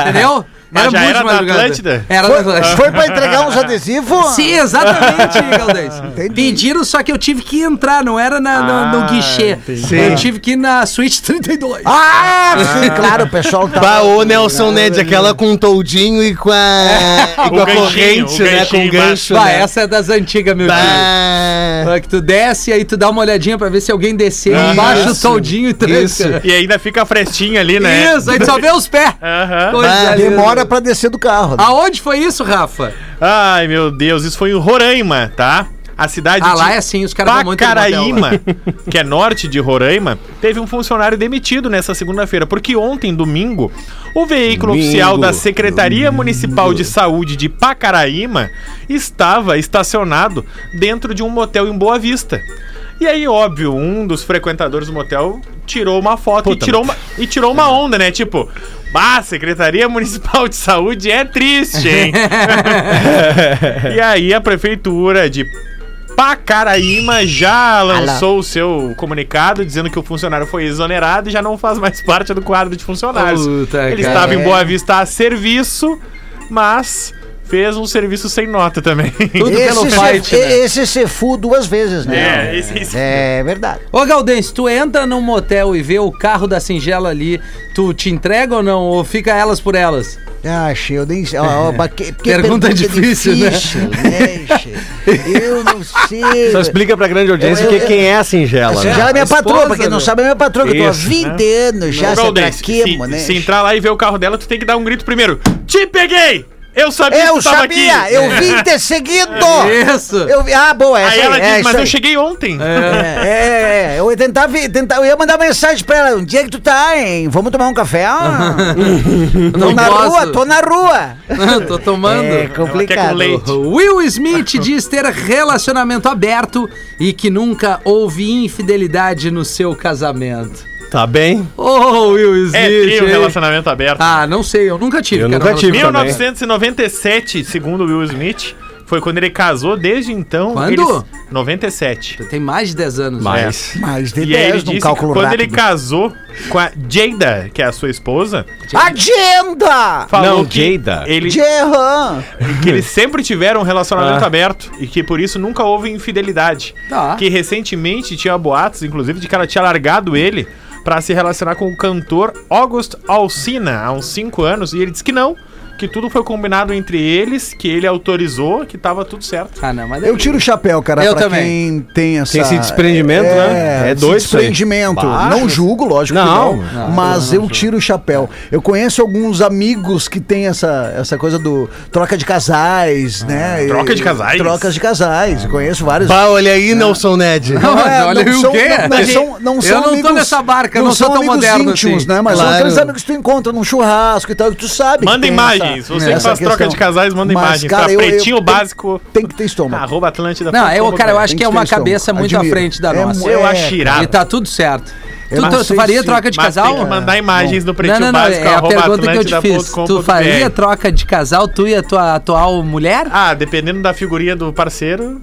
[SPEAKER 1] entendeu?
[SPEAKER 3] Mas já era da Atlântida?
[SPEAKER 1] Era da Atlântida.
[SPEAKER 4] Foi pra entregar uns adesivos?
[SPEAKER 1] Sim, exatamente, Galdês. Pediram, só que eu tive que entrar, não era na, na- no guichê. Eu tive que ir na suíte 32.
[SPEAKER 4] Ah, sim, claro, o pessoal tá...
[SPEAKER 2] Bah, ô Nelson Ned, aquela com um toldinho e com a, e com
[SPEAKER 3] O
[SPEAKER 2] a
[SPEAKER 3] ganchinho,
[SPEAKER 2] corrente,
[SPEAKER 3] o
[SPEAKER 2] né? Com o
[SPEAKER 3] ganchinho
[SPEAKER 2] gancho.
[SPEAKER 1] Bah,
[SPEAKER 2] né?
[SPEAKER 1] essa é das antigas, meu filho.
[SPEAKER 2] Bah.
[SPEAKER 1] Ah, Que tu desce, aí tu dá uma olhadinha pra ver se alguém descer,
[SPEAKER 4] Ah,
[SPEAKER 3] Isso.
[SPEAKER 1] baixa o soldinho e
[SPEAKER 2] Isso.
[SPEAKER 1] tranca.
[SPEAKER 3] E ainda fica a frestinha ali, né?
[SPEAKER 1] Isso, aí tu só vê os pés.
[SPEAKER 3] Aham.
[SPEAKER 1] Coisa
[SPEAKER 2] Bah,
[SPEAKER 4] é.
[SPEAKER 1] linda.
[SPEAKER 5] Demora pra descer do carro. né?
[SPEAKER 1] Aonde foi isso, Rafa?
[SPEAKER 3] Ai, meu Deus, isso foi em Roraima, tá? A cidade
[SPEAKER 1] Ah, lá é assim, os caras vão muito no motel né? lá.
[SPEAKER 3] Pacaraíma, que é norte de Roraima, teve um funcionário demitido nessa segunda-feira, porque ontem, domingo, o veículo
[SPEAKER 2] Domingo.
[SPEAKER 3] oficial da Secretaria Municipal de Saúde de Pacaraíma estava estacionado dentro de um motel em Boa Vista. E aí, óbvio, um dos frequentadores do motel tirou uma foto e tirou uma, e tirou uma onda, né? Tipo, bah, Secretaria Municipal de Saúde é triste, hein? E aí a prefeitura de Pacaraíma já lançou o seu comunicado dizendo que o funcionário foi exonerado e já não faz mais parte do quadro de funcionários.
[SPEAKER 1] Puta,
[SPEAKER 3] Ele
[SPEAKER 1] cara.
[SPEAKER 3] estava
[SPEAKER 4] É.
[SPEAKER 3] em Boa Vista a serviço, mas fez um serviço sem nota também.
[SPEAKER 1] Tudo pelo
[SPEAKER 4] Esse,
[SPEAKER 1] fight,
[SPEAKER 4] se,
[SPEAKER 1] né?
[SPEAKER 4] esse se fu duas vezes, né?
[SPEAKER 3] É, esse- esse-
[SPEAKER 4] É verdade.
[SPEAKER 1] Ô Gaudense, tu entra num motel e vê o carro da singela ali, tu te entrega ou não? Ou fica elas por elas?
[SPEAKER 4] Ah, che, eu nem sei. Ó, ó, mas que- que
[SPEAKER 1] É. Pergunta difícil, né?
[SPEAKER 4] né, che? Eu não sei.
[SPEAKER 2] Só explica pra grande audiência
[SPEAKER 4] Eu-
[SPEAKER 2] que
[SPEAKER 4] eu-
[SPEAKER 2] quem é a singela.
[SPEAKER 4] Já
[SPEAKER 2] Né?
[SPEAKER 4] ela é minha
[SPEAKER 1] esposa,
[SPEAKER 4] patroa, pra quem não
[SPEAKER 1] né?
[SPEAKER 4] sabe, é minha patroa, que eu tô há
[SPEAKER 2] Isso,
[SPEAKER 4] 20 anos já,
[SPEAKER 3] Ô,
[SPEAKER 4] se
[SPEAKER 3] Galdês, né? se,
[SPEAKER 4] traquemo, né?
[SPEAKER 3] se entrar lá e ver o carro dela, tu tem que dar um grito primeiro. Te peguei! Eu sabia que
[SPEAKER 4] Eu
[SPEAKER 3] tu tava
[SPEAKER 4] sabia,
[SPEAKER 3] aqui.
[SPEAKER 4] eu vim ter seguido.
[SPEAKER 1] Isso.
[SPEAKER 4] Eu, vi- ah, boa, essa
[SPEAKER 3] Aí ela
[SPEAKER 4] é,
[SPEAKER 3] disse, mas
[SPEAKER 4] isso
[SPEAKER 3] eu
[SPEAKER 4] aí.
[SPEAKER 3] cheguei ontem.
[SPEAKER 4] É, é, é, eu ia tentar, vi- tentar, eu ia mandar mensagem pra ela, onde é que tu tá, hein? Vamos tomar um café? Ah, tô
[SPEAKER 1] Não
[SPEAKER 4] na
[SPEAKER 1] posso.
[SPEAKER 4] rua, tô na rua.
[SPEAKER 1] Tô tomando.
[SPEAKER 4] É
[SPEAKER 3] Ela quer com
[SPEAKER 4] complicado.
[SPEAKER 3] leite.
[SPEAKER 1] Will Smith diz ter relacionamento aberto e que nunca houve infidelidade no seu casamento.
[SPEAKER 2] Tá bem.
[SPEAKER 1] Ô, oh, Will Smith.
[SPEAKER 3] É trio
[SPEAKER 1] hein?
[SPEAKER 3] relacionamento aberto.
[SPEAKER 1] Ah, não sei, eu nunca tive.
[SPEAKER 2] Eu
[SPEAKER 1] cara,
[SPEAKER 2] nunca
[SPEAKER 1] um
[SPEAKER 2] tive.
[SPEAKER 1] relacionamento-
[SPEAKER 3] 1997, segundo Will Smith, foi quando ele casou. Desde então.
[SPEAKER 1] Quando?
[SPEAKER 3] eles- 97.
[SPEAKER 1] Tem mais de 10 anos. né?
[SPEAKER 2] Mas.
[SPEAKER 4] Mais de
[SPEAKER 3] É. E aí ele
[SPEAKER 4] 10
[SPEAKER 3] disse
[SPEAKER 4] num
[SPEAKER 3] que
[SPEAKER 4] é um cálculo
[SPEAKER 3] quando ele
[SPEAKER 4] rápido.
[SPEAKER 3] casou com a Jada, que é a sua esposa,
[SPEAKER 4] Agenda!
[SPEAKER 3] falou
[SPEAKER 2] Não,
[SPEAKER 3] que
[SPEAKER 2] Jada.
[SPEAKER 3] Ele,
[SPEAKER 4] Jehan!
[SPEAKER 3] que eles sempre tiveram um relacionamento
[SPEAKER 2] Ah.
[SPEAKER 3] aberto e que por isso nunca houve infidelidade.
[SPEAKER 1] Tá.
[SPEAKER 3] Que recentemente tinha boatos, inclusive, de que ela tinha largado ele pra se relacionar com o cantor August Alsina há uns 5 anos e ele disse que não, que tudo foi combinado entre eles, que ele autorizou, que tava tudo certo.
[SPEAKER 1] Ah, não, mas
[SPEAKER 5] Eu tiro o chapéu, cara,
[SPEAKER 1] Eu
[SPEAKER 5] pra
[SPEAKER 1] também.
[SPEAKER 5] quem tem essa...
[SPEAKER 2] Tem esse desprendimento, né?
[SPEAKER 5] É,
[SPEAKER 2] É
[SPEAKER 5] é
[SPEAKER 2] dois
[SPEAKER 5] dois desprendimento.
[SPEAKER 2] pra-
[SPEAKER 5] Não julgo, lógico
[SPEAKER 2] Não,
[SPEAKER 5] que não. Mas eu tiro o chapéu. Eu conheço alguns amigos que têm essa, essa coisa do troca de casais, né? E-
[SPEAKER 3] troca de casais?
[SPEAKER 5] Trocas de casais. Eu Conheço vários.
[SPEAKER 2] Pá, olha aí, Nelson Ned.
[SPEAKER 1] Não, mas
[SPEAKER 5] é,
[SPEAKER 1] olha
[SPEAKER 5] não
[SPEAKER 1] o
[SPEAKER 5] são-
[SPEAKER 1] quê?
[SPEAKER 5] não- não são- não
[SPEAKER 1] eu
[SPEAKER 5] são
[SPEAKER 1] não tô
[SPEAKER 5] amigos-
[SPEAKER 1] nessa barca,
[SPEAKER 5] não
[SPEAKER 1] não sou
[SPEAKER 5] são
[SPEAKER 1] tão
[SPEAKER 5] amigos
[SPEAKER 1] moderno
[SPEAKER 5] íntimos,
[SPEAKER 1] assim.
[SPEAKER 5] né? Mas são
[SPEAKER 2] Claro.
[SPEAKER 5] aqueles amigos que tu encontra num churrasco e tal, que tu sabe. que
[SPEAKER 3] Manda
[SPEAKER 5] tem
[SPEAKER 3] imagens.
[SPEAKER 5] essa-
[SPEAKER 3] Você que
[SPEAKER 5] essa
[SPEAKER 3] faz troca
[SPEAKER 5] questão.
[SPEAKER 3] de casais, manda
[SPEAKER 5] Mas,
[SPEAKER 3] imagens.
[SPEAKER 5] cara,
[SPEAKER 3] Tá
[SPEAKER 5] eu- eu-
[SPEAKER 3] pretinho
[SPEAKER 5] tem-
[SPEAKER 3] básico.
[SPEAKER 5] Tem que ter estômago.
[SPEAKER 3] Arroba Atlântida. né?
[SPEAKER 1] Não, eu, cara, eu acho
[SPEAKER 5] Tem
[SPEAKER 1] que
[SPEAKER 5] que
[SPEAKER 1] é uma
[SPEAKER 5] ter estômago.
[SPEAKER 1] cabeça muito à
[SPEAKER 5] Admiro.
[SPEAKER 1] frente da
[SPEAKER 5] É
[SPEAKER 1] nossa.
[SPEAKER 5] mu-
[SPEAKER 3] Eu
[SPEAKER 5] é,
[SPEAKER 3] acho irado.
[SPEAKER 1] E tá tudo certo.
[SPEAKER 5] Eu
[SPEAKER 1] Tu,
[SPEAKER 5] não
[SPEAKER 1] tu- tu
[SPEAKER 5] sei
[SPEAKER 1] faria
[SPEAKER 5] se-
[SPEAKER 1] troca é de
[SPEAKER 3] Mas
[SPEAKER 1] casal?
[SPEAKER 3] tem que mandar imagens no
[SPEAKER 1] Não,
[SPEAKER 3] pretinho
[SPEAKER 1] não, não.
[SPEAKER 3] básico,
[SPEAKER 1] É a
[SPEAKER 3] arroba
[SPEAKER 1] pergunta que eu te fiz.
[SPEAKER 3] atlântida.com.br.
[SPEAKER 1] Tu faria troca de casal, tu e a tua atual mulher?
[SPEAKER 3] Ah, dependendo da figurinha do parceiro.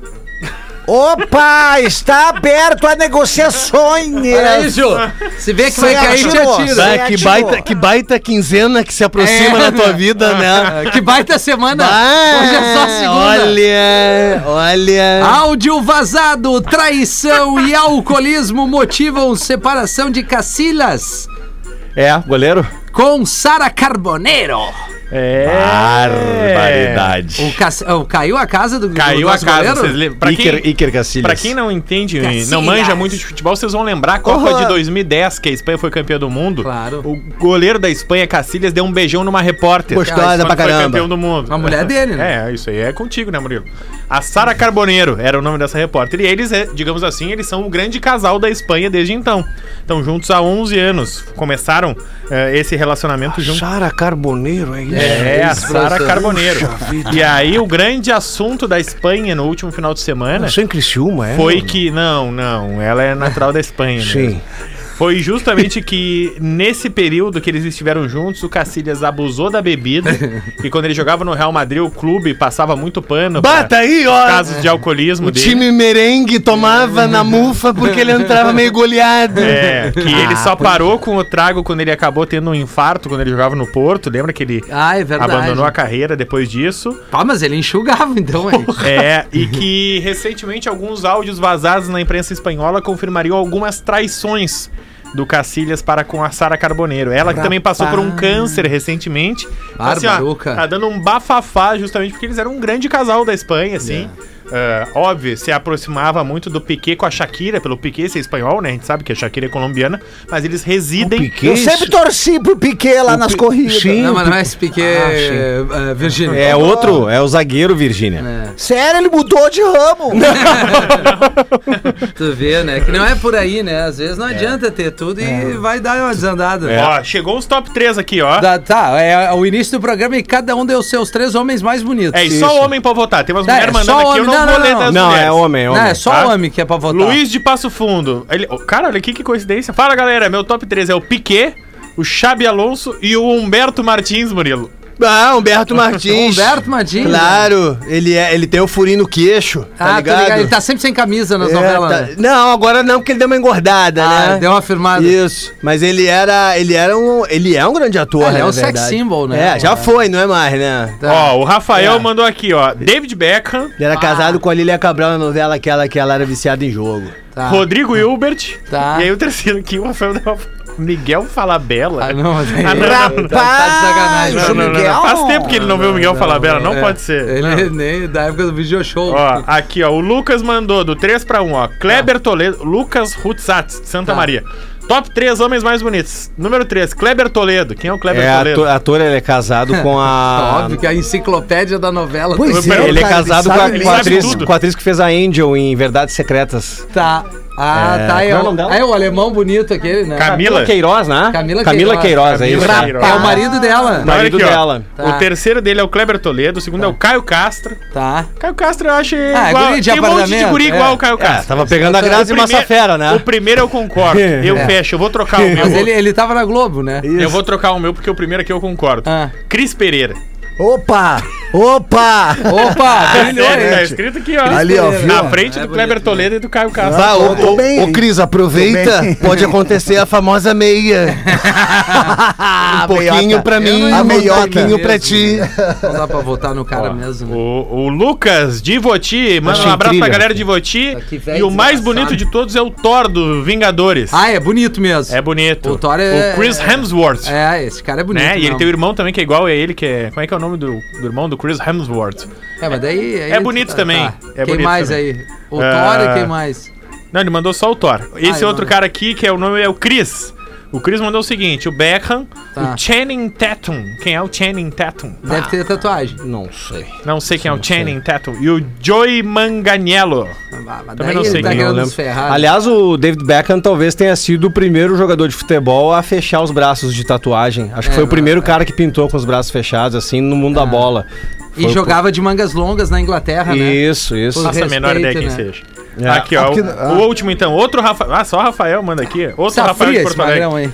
[SPEAKER 4] Opa, está aberto a negociações!
[SPEAKER 3] é.
[SPEAKER 1] Ju. Se vê que
[SPEAKER 4] Você
[SPEAKER 1] vai cair, te
[SPEAKER 4] atirou.
[SPEAKER 1] atira.
[SPEAKER 4] Vai.
[SPEAKER 2] Ah, que,
[SPEAKER 4] Ativou.
[SPEAKER 2] baita, que baita quinzena que se aproxima
[SPEAKER 1] É.
[SPEAKER 2] na tua vida, né?
[SPEAKER 1] Que baita semana.
[SPEAKER 2] Ah,
[SPEAKER 1] Hoje é só segunda.
[SPEAKER 2] Olha, olha.
[SPEAKER 1] Áudio vazado, traição e alcoolismo motivam separação de Cacilhas
[SPEAKER 2] É, goleiro?
[SPEAKER 1] com Sara Carboneiro.
[SPEAKER 3] É.
[SPEAKER 1] O Cac- o- caiu a casa do do
[SPEAKER 3] Caiu a
[SPEAKER 1] nosso
[SPEAKER 3] casa,
[SPEAKER 1] goleiro?
[SPEAKER 3] vocês lembram? Pra
[SPEAKER 2] Iker,
[SPEAKER 3] quem,
[SPEAKER 2] Iker Cacilhas.
[SPEAKER 3] pra quem não entende,
[SPEAKER 1] Cacilhas.
[SPEAKER 3] não manja muito de futebol, vocês vão lembrar a Copa
[SPEAKER 4] Uhum.
[SPEAKER 3] de 2010, que a Espanha foi campeã do mundo.
[SPEAKER 1] Claro.
[SPEAKER 3] O goleiro da Espanha, Cacilhas, deu um beijão numa repórter.
[SPEAKER 2] Gostosa
[SPEAKER 3] Quando
[SPEAKER 2] pra
[SPEAKER 3] foi
[SPEAKER 2] caramba.
[SPEAKER 3] campeão do mundo.
[SPEAKER 1] A mulher dele, né?
[SPEAKER 3] É, isso aí é contigo, né, Murilo? A Sara Carboneiro era o nome dessa repórter. E eles, é, digamos assim, eles são o grande casal da Espanha desde então. Estão juntos há 11 anos. Começaram eh, esse relacionamento juntos.
[SPEAKER 2] Chara Carboneiro, é isso?
[SPEAKER 3] É, a Sara
[SPEAKER 1] Puxa
[SPEAKER 3] Carboneiro. E aí, o grande assunto da Espanha no último final de semana
[SPEAKER 2] em Criciúma, é?
[SPEAKER 3] foi que. Não, não, ela é natural da Espanha. né?
[SPEAKER 2] Sim.
[SPEAKER 3] Foi justamente que nesse período que eles estiveram juntos, o Cacilhas abusou da bebida. e quando ele jogava no Real Madrid, o clube passava muito pano. pra
[SPEAKER 2] Bata aí, ó.
[SPEAKER 3] Casos de alcoolismo
[SPEAKER 2] O
[SPEAKER 3] dele.
[SPEAKER 2] time merengue tomava na mufa porque ele entrava meio goleado.
[SPEAKER 3] É, que
[SPEAKER 2] Ah,
[SPEAKER 3] ele só
[SPEAKER 2] é.
[SPEAKER 3] parou com o trago quando ele acabou tendo um infarto quando ele jogava no Porto. Lembra que ele
[SPEAKER 1] Ah, é verdade.
[SPEAKER 3] abandonou a carreira depois disso?
[SPEAKER 1] Pá, mas ele enxugava, então, hein?
[SPEAKER 3] É, e que recentemente alguns áudios vazados na imprensa espanhola confirmariam algumas traições do Cacilhas para com a Sara Carboneiro. Ela que também passou por um câncer recentemente. Então,
[SPEAKER 1] Barbaruca.
[SPEAKER 3] tá dando um bafafá justamente porque eles eram um grande casal da Espanha, assim.
[SPEAKER 1] É.
[SPEAKER 3] Ah, óbvio, se aproximava muito do Piquet com a Shakira, pelo Piquet ser espanhol, né? A gente sabe que a Shakira é colombiana, mas eles residem
[SPEAKER 5] Eu sempre torci pro Piquet lá nas corridas.
[SPEAKER 2] Sim.
[SPEAKER 1] Não, mas não é esse Piquet,
[SPEAKER 3] Ah,
[SPEAKER 1] é, Virgínia.
[SPEAKER 2] É outro, é o zagueiro Virgínia.
[SPEAKER 1] É.
[SPEAKER 5] Sério, ele mudou de ramo.
[SPEAKER 1] Tu vê, né? Que não é por aí, né? Às vezes
[SPEAKER 3] É.
[SPEAKER 1] não adianta ter tudo e vai dar uma desandada. né?
[SPEAKER 3] Ó, chegou os top 3 aqui, ó.
[SPEAKER 1] Tá, tá, é o início do programa e cada um deu seus três homens mais bonitos.
[SPEAKER 3] É, e só homem pra votar. Tem umas
[SPEAKER 1] Tá, é
[SPEAKER 3] mulheres
[SPEAKER 1] só
[SPEAKER 3] mandando aqui, eu
[SPEAKER 1] homem.
[SPEAKER 3] não,
[SPEAKER 1] Não,
[SPEAKER 3] vou
[SPEAKER 1] não,
[SPEAKER 3] ler
[SPEAKER 1] não.
[SPEAKER 3] das
[SPEAKER 2] Não,
[SPEAKER 3] mulheres.
[SPEAKER 2] é homem, é
[SPEAKER 1] Não,
[SPEAKER 2] homem.
[SPEAKER 1] é só
[SPEAKER 3] tá?
[SPEAKER 1] homem que é pra votar.
[SPEAKER 3] Luiz de Passo Fundo. Ele, oh, cara, olha aqui que coincidência. Fala, galera. Meu top 3 é o Piquet, o Xabi Alonso e o Humberto Martins, Murilo.
[SPEAKER 2] Ah, Humberto Martins.
[SPEAKER 1] Humberto Martins.
[SPEAKER 2] Claro, ele, é, ele tem o furinho no queixo,
[SPEAKER 1] Ah,
[SPEAKER 2] tá
[SPEAKER 1] tô
[SPEAKER 2] ligado?
[SPEAKER 1] Ele tá sempre sem camisa nas
[SPEAKER 2] É,
[SPEAKER 1] novelas.
[SPEAKER 2] tá-
[SPEAKER 1] né?
[SPEAKER 2] Não, agora não, porque ele deu uma engordada,
[SPEAKER 1] Ah,
[SPEAKER 2] né?
[SPEAKER 1] deu uma firmada.
[SPEAKER 2] Isso, mas ele era, ele era um, ele é um grande ator,
[SPEAKER 1] É, ele é
[SPEAKER 2] na
[SPEAKER 1] um sex
[SPEAKER 2] verdade.
[SPEAKER 1] symbol, né?
[SPEAKER 2] É, já foi, não é mais, né?
[SPEAKER 1] Tá.
[SPEAKER 3] Ó, o Rafael
[SPEAKER 2] É.
[SPEAKER 3] mandou aqui, ó. David Beckham,
[SPEAKER 2] Ele
[SPEAKER 1] Ah.
[SPEAKER 2] era casado com a Lilia Cabral na novela aquela que ela era viciada em jogo.
[SPEAKER 1] Tá.
[SPEAKER 3] Rodrigo Hilbert.
[SPEAKER 1] Tá.
[SPEAKER 3] E aí o terceiro aqui, o Rafael da- Miguel Falabella.
[SPEAKER 1] Ah, não, mas aí-
[SPEAKER 3] Ah, não, não,
[SPEAKER 1] Tá de sacanagem.
[SPEAKER 3] não, não, não, não. Faz tempo que ele não, viu o Miguel Falabella, não,
[SPEAKER 1] É,
[SPEAKER 3] pode ser.
[SPEAKER 1] Ele nem da época do video show.
[SPEAKER 3] Ó, um, aqui, ó, o Lucas mandou do 3 pra 1, ó. Kleber Toledo, Lucas Rutsatz, de Santa
[SPEAKER 1] Tá.
[SPEAKER 3] Maria. Top 3 homens mais bonitos. Número 3, Kleber Toledo. Quem é o Kleber
[SPEAKER 2] É,
[SPEAKER 3] Toledo?
[SPEAKER 2] ator, ator, ele é casado com a.
[SPEAKER 1] Óbvio que a enciclopédia da novela.
[SPEAKER 5] Pois
[SPEAKER 1] toda.
[SPEAKER 3] é,
[SPEAKER 2] Ele é
[SPEAKER 5] cara,
[SPEAKER 2] casado
[SPEAKER 5] ele
[SPEAKER 2] com, a,
[SPEAKER 5] sabe
[SPEAKER 2] com a
[SPEAKER 3] mesmo.
[SPEAKER 2] atriz,
[SPEAKER 3] Tudo.
[SPEAKER 2] com a atriz que fez a Angel em Verdades Secretas.
[SPEAKER 1] Tá. Ah,
[SPEAKER 2] É,
[SPEAKER 1] tá. É
[SPEAKER 2] qual é o
[SPEAKER 1] o,
[SPEAKER 2] nome dela?
[SPEAKER 1] é o alemão bonito aquele, né?
[SPEAKER 3] Camila.
[SPEAKER 2] Queiroz, né?
[SPEAKER 1] Camila Queiroz.
[SPEAKER 2] Queiroz, é isso.
[SPEAKER 3] Camila
[SPEAKER 2] aí.
[SPEAKER 3] Queiroz.
[SPEAKER 1] É o marido dela.
[SPEAKER 2] Não. marido
[SPEAKER 3] Olha aqui, ó.
[SPEAKER 2] dela.
[SPEAKER 1] Tá.
[SPEAKER 3] O terceiro dele é o Kleber Toledo, o segundo é o Caio Castro.
[SPEAKER 1] Tá.
[SPEAKER 3] Caio Castro eu acho
[SPEAKER 1] Ah,
[SPEAKER 3] igual.
[SPEAKER 1] guri de
[SPEAKER 3] Tem um monte de
[SPEAKER 1] apartamento,
[SPEAKER 3] guri
[SPEAKER 1] é.
[SPEAKER 3] igual o Caio
[SPEAKER 2] É,
[SPEAKER 3] Castro.
[SPEAKER 2] tava pegando a Grazi
[SPEAKER 3] O primeiro-
[SPEAKER 2] Massafera,
[SPEAKER 3] O
[SPEAKER 2] né?
[SPEAKER 3] primeiro eu concordo. Eu
[SPEAKER 1] É.
[SPEAKER 3] fecho, eu vou trocar o meu.
[SPEAKER 1] Mas
[SPEAKER 2] é
[SPEAKER 1] ele, ele tava na Globo, né?
[SPEAKER 3] Eu vou trocar o meu porque o primeiro aqui eu concordo.
[SPEAKER 1] Ah.
[SPEAKER 3] Cris Pereira.
[SPEAKER 5] Opa! Opa!
[SPEAKER 2] Ah,
[SPEAKER 1] Opa, brilhou,
[SPEAKER 3] Sério, tá
[SPEAKER 1] hein?
[SPEAKER 3] escrito aqui, ó.
[SPEAKER 5] Ali, ó, viu?
[SPEAKER 3] Na frente
[SPEAKER 1] É
[SPEAKER 3] do
[SPEAKER 1] bonito,
[SPEAKER 3] Kleber
[SPEAKER 1] né?
[SPEAKER 3] Toledo e do Caio Castro.
[SPEAKER 2] Tá,
[SPEAKER 5] Eu tô
[SPEAKER 2] ô, ô,
[SPEAKER 5] bem.
[SPEAKER 2] ô, Cris, aproveita.
[SPEAKER 5] Tô bem.
[SPEAKER 2] Pode acontecer a famosa meia. um pouquinho pra mim,
[SPEAKER 1] Eu não
[SPEAKER 2] um
[SPEAKER 1] ia votar
[SPEAKER 2] pouquinho
[SPEAKER 1] mesmo,
[SPEAKER 2] pra ti.
[SPEAKER 1] Não dá pra votar no cara mesmo. né?
[SPEAKER 3] O, o Lucas de Voti, manda um
[SPEAKER 2] Achei
[SPEAKER 3] abraço pra
[SPEAKER 2] incrível.
[SPEAKER 3] galera de Voti.
[SPEAKER 1] Tá que velho
[SPEAKER 3] E o mais
[SPEAKER 1] desgraçado.
[SPEAKER 3] bonito de todos é o Thor do Vingadores.
[SPEAKER 1] Ah, é bonito mesmo.
[SPEAKER 3] É bonito.
[SPEAKER 1] O Thor é-
[SPEAKER 3] O Chris Hemsworth.
[SPEAKER 1] É, esse cara é bonito.
[SPEAKER 3] né? E ele
[SPEAKER 1] mesmo.
[SPEAKER 3] tem o irmão também que é igual a ele, que é. Como é que é o nome do, do irmão do Chris Hemsworth?
[SPEAKER 1] É, mas daí. aí- tá,
[SPEAKER 3] É bonito também. É
[SPEAKER 1] quem
[SPEAKER 3] bonito
[SPEAKER 1] mais
[SPEAKER 3] também.
[SPEAKER 1] aí? O
[SPEAKER 3] É.
[SPEAKER 1] Thor e quem mais?
[SPEAKER 3] Não, ele mandou só o Thor.
[SPEAKER 1] Ah,
[SPEAKER 3] Esse
[SPEAKER 1] ele
[SPEAKER 3] outro
[SPEAKER 1] mandou.
[SPEAKER 3] cara aqui, que é o nome é o Chris. O Chris mandou o seguinte: o Beckham,
[SPEAKER 1] Tá.
[SPEAKER 3] o Channing Tatum. Quem é o Channing Tatum?
[SPEAKER 1] Deve ter tatuagem.
[SPEAKER 2] Não sei.
[SPEAKER 3] Não sei quem é o Channing Tatum. E o Joey Manganiello.
[SPEAKER 1] Ah, mas
[SPEAKER 3] Também
[SPEAKER 1] daí
[SPEAKER 3] não sei
[SPEAKER 1] ele tá
[SPEAKER 3] quem, é, eu
[SPEAKER 1] querendo
[SPEAKER 2] lembro.
[SPEAKER 1] nos ferrar. né?
[SPEAKER 2] Aliás, o David Beckham talvez tenha sido o primeiro jogador de futebol a fechar os braços de tatuagem. Acho
[SPEAKER 1] É,
[SPEAKER 2] que foi o
[SPEAKER 1] não,
[SPEAKER 2] primeiro cara que pintou com os braços fechados, assim, no mundo da bola.
[SPEAKER 1] e
[SPEAKER 2] Foi o-
[SPEAKER 1] jogava de mangas longas na Inglaterra, né?
[SPEAKER 2] Isso, isso.
[SPEAKER 1] Os-
[SPEAKER 3] Faça a menor
[SPEAKER 1] Respeito,
[SPEAKER 3] ideia quem
[SPEAKER 1] né?
[SPEAKER 3] seja.
[SPEAKER 2] É.
[SPEAKER 3] Aqui, ó.
[SPEAKER 5] Aqui-
[SPEAKER 3] o,
[SPEAKER 5] ah.
[SPEAKER 3] o último, então. Outro Rafael. Ah, só o Rafael manda aqui. Outro
[SPEAKER 1] Tá
[SPEAKER 3] Rafael
[SPEAKER 1] frio
[SPEAKER 3] de
[SPEAKER 1] esse
[SPEAKER 3] Porto Alegre.
[SPEAKER 1] magrão aí.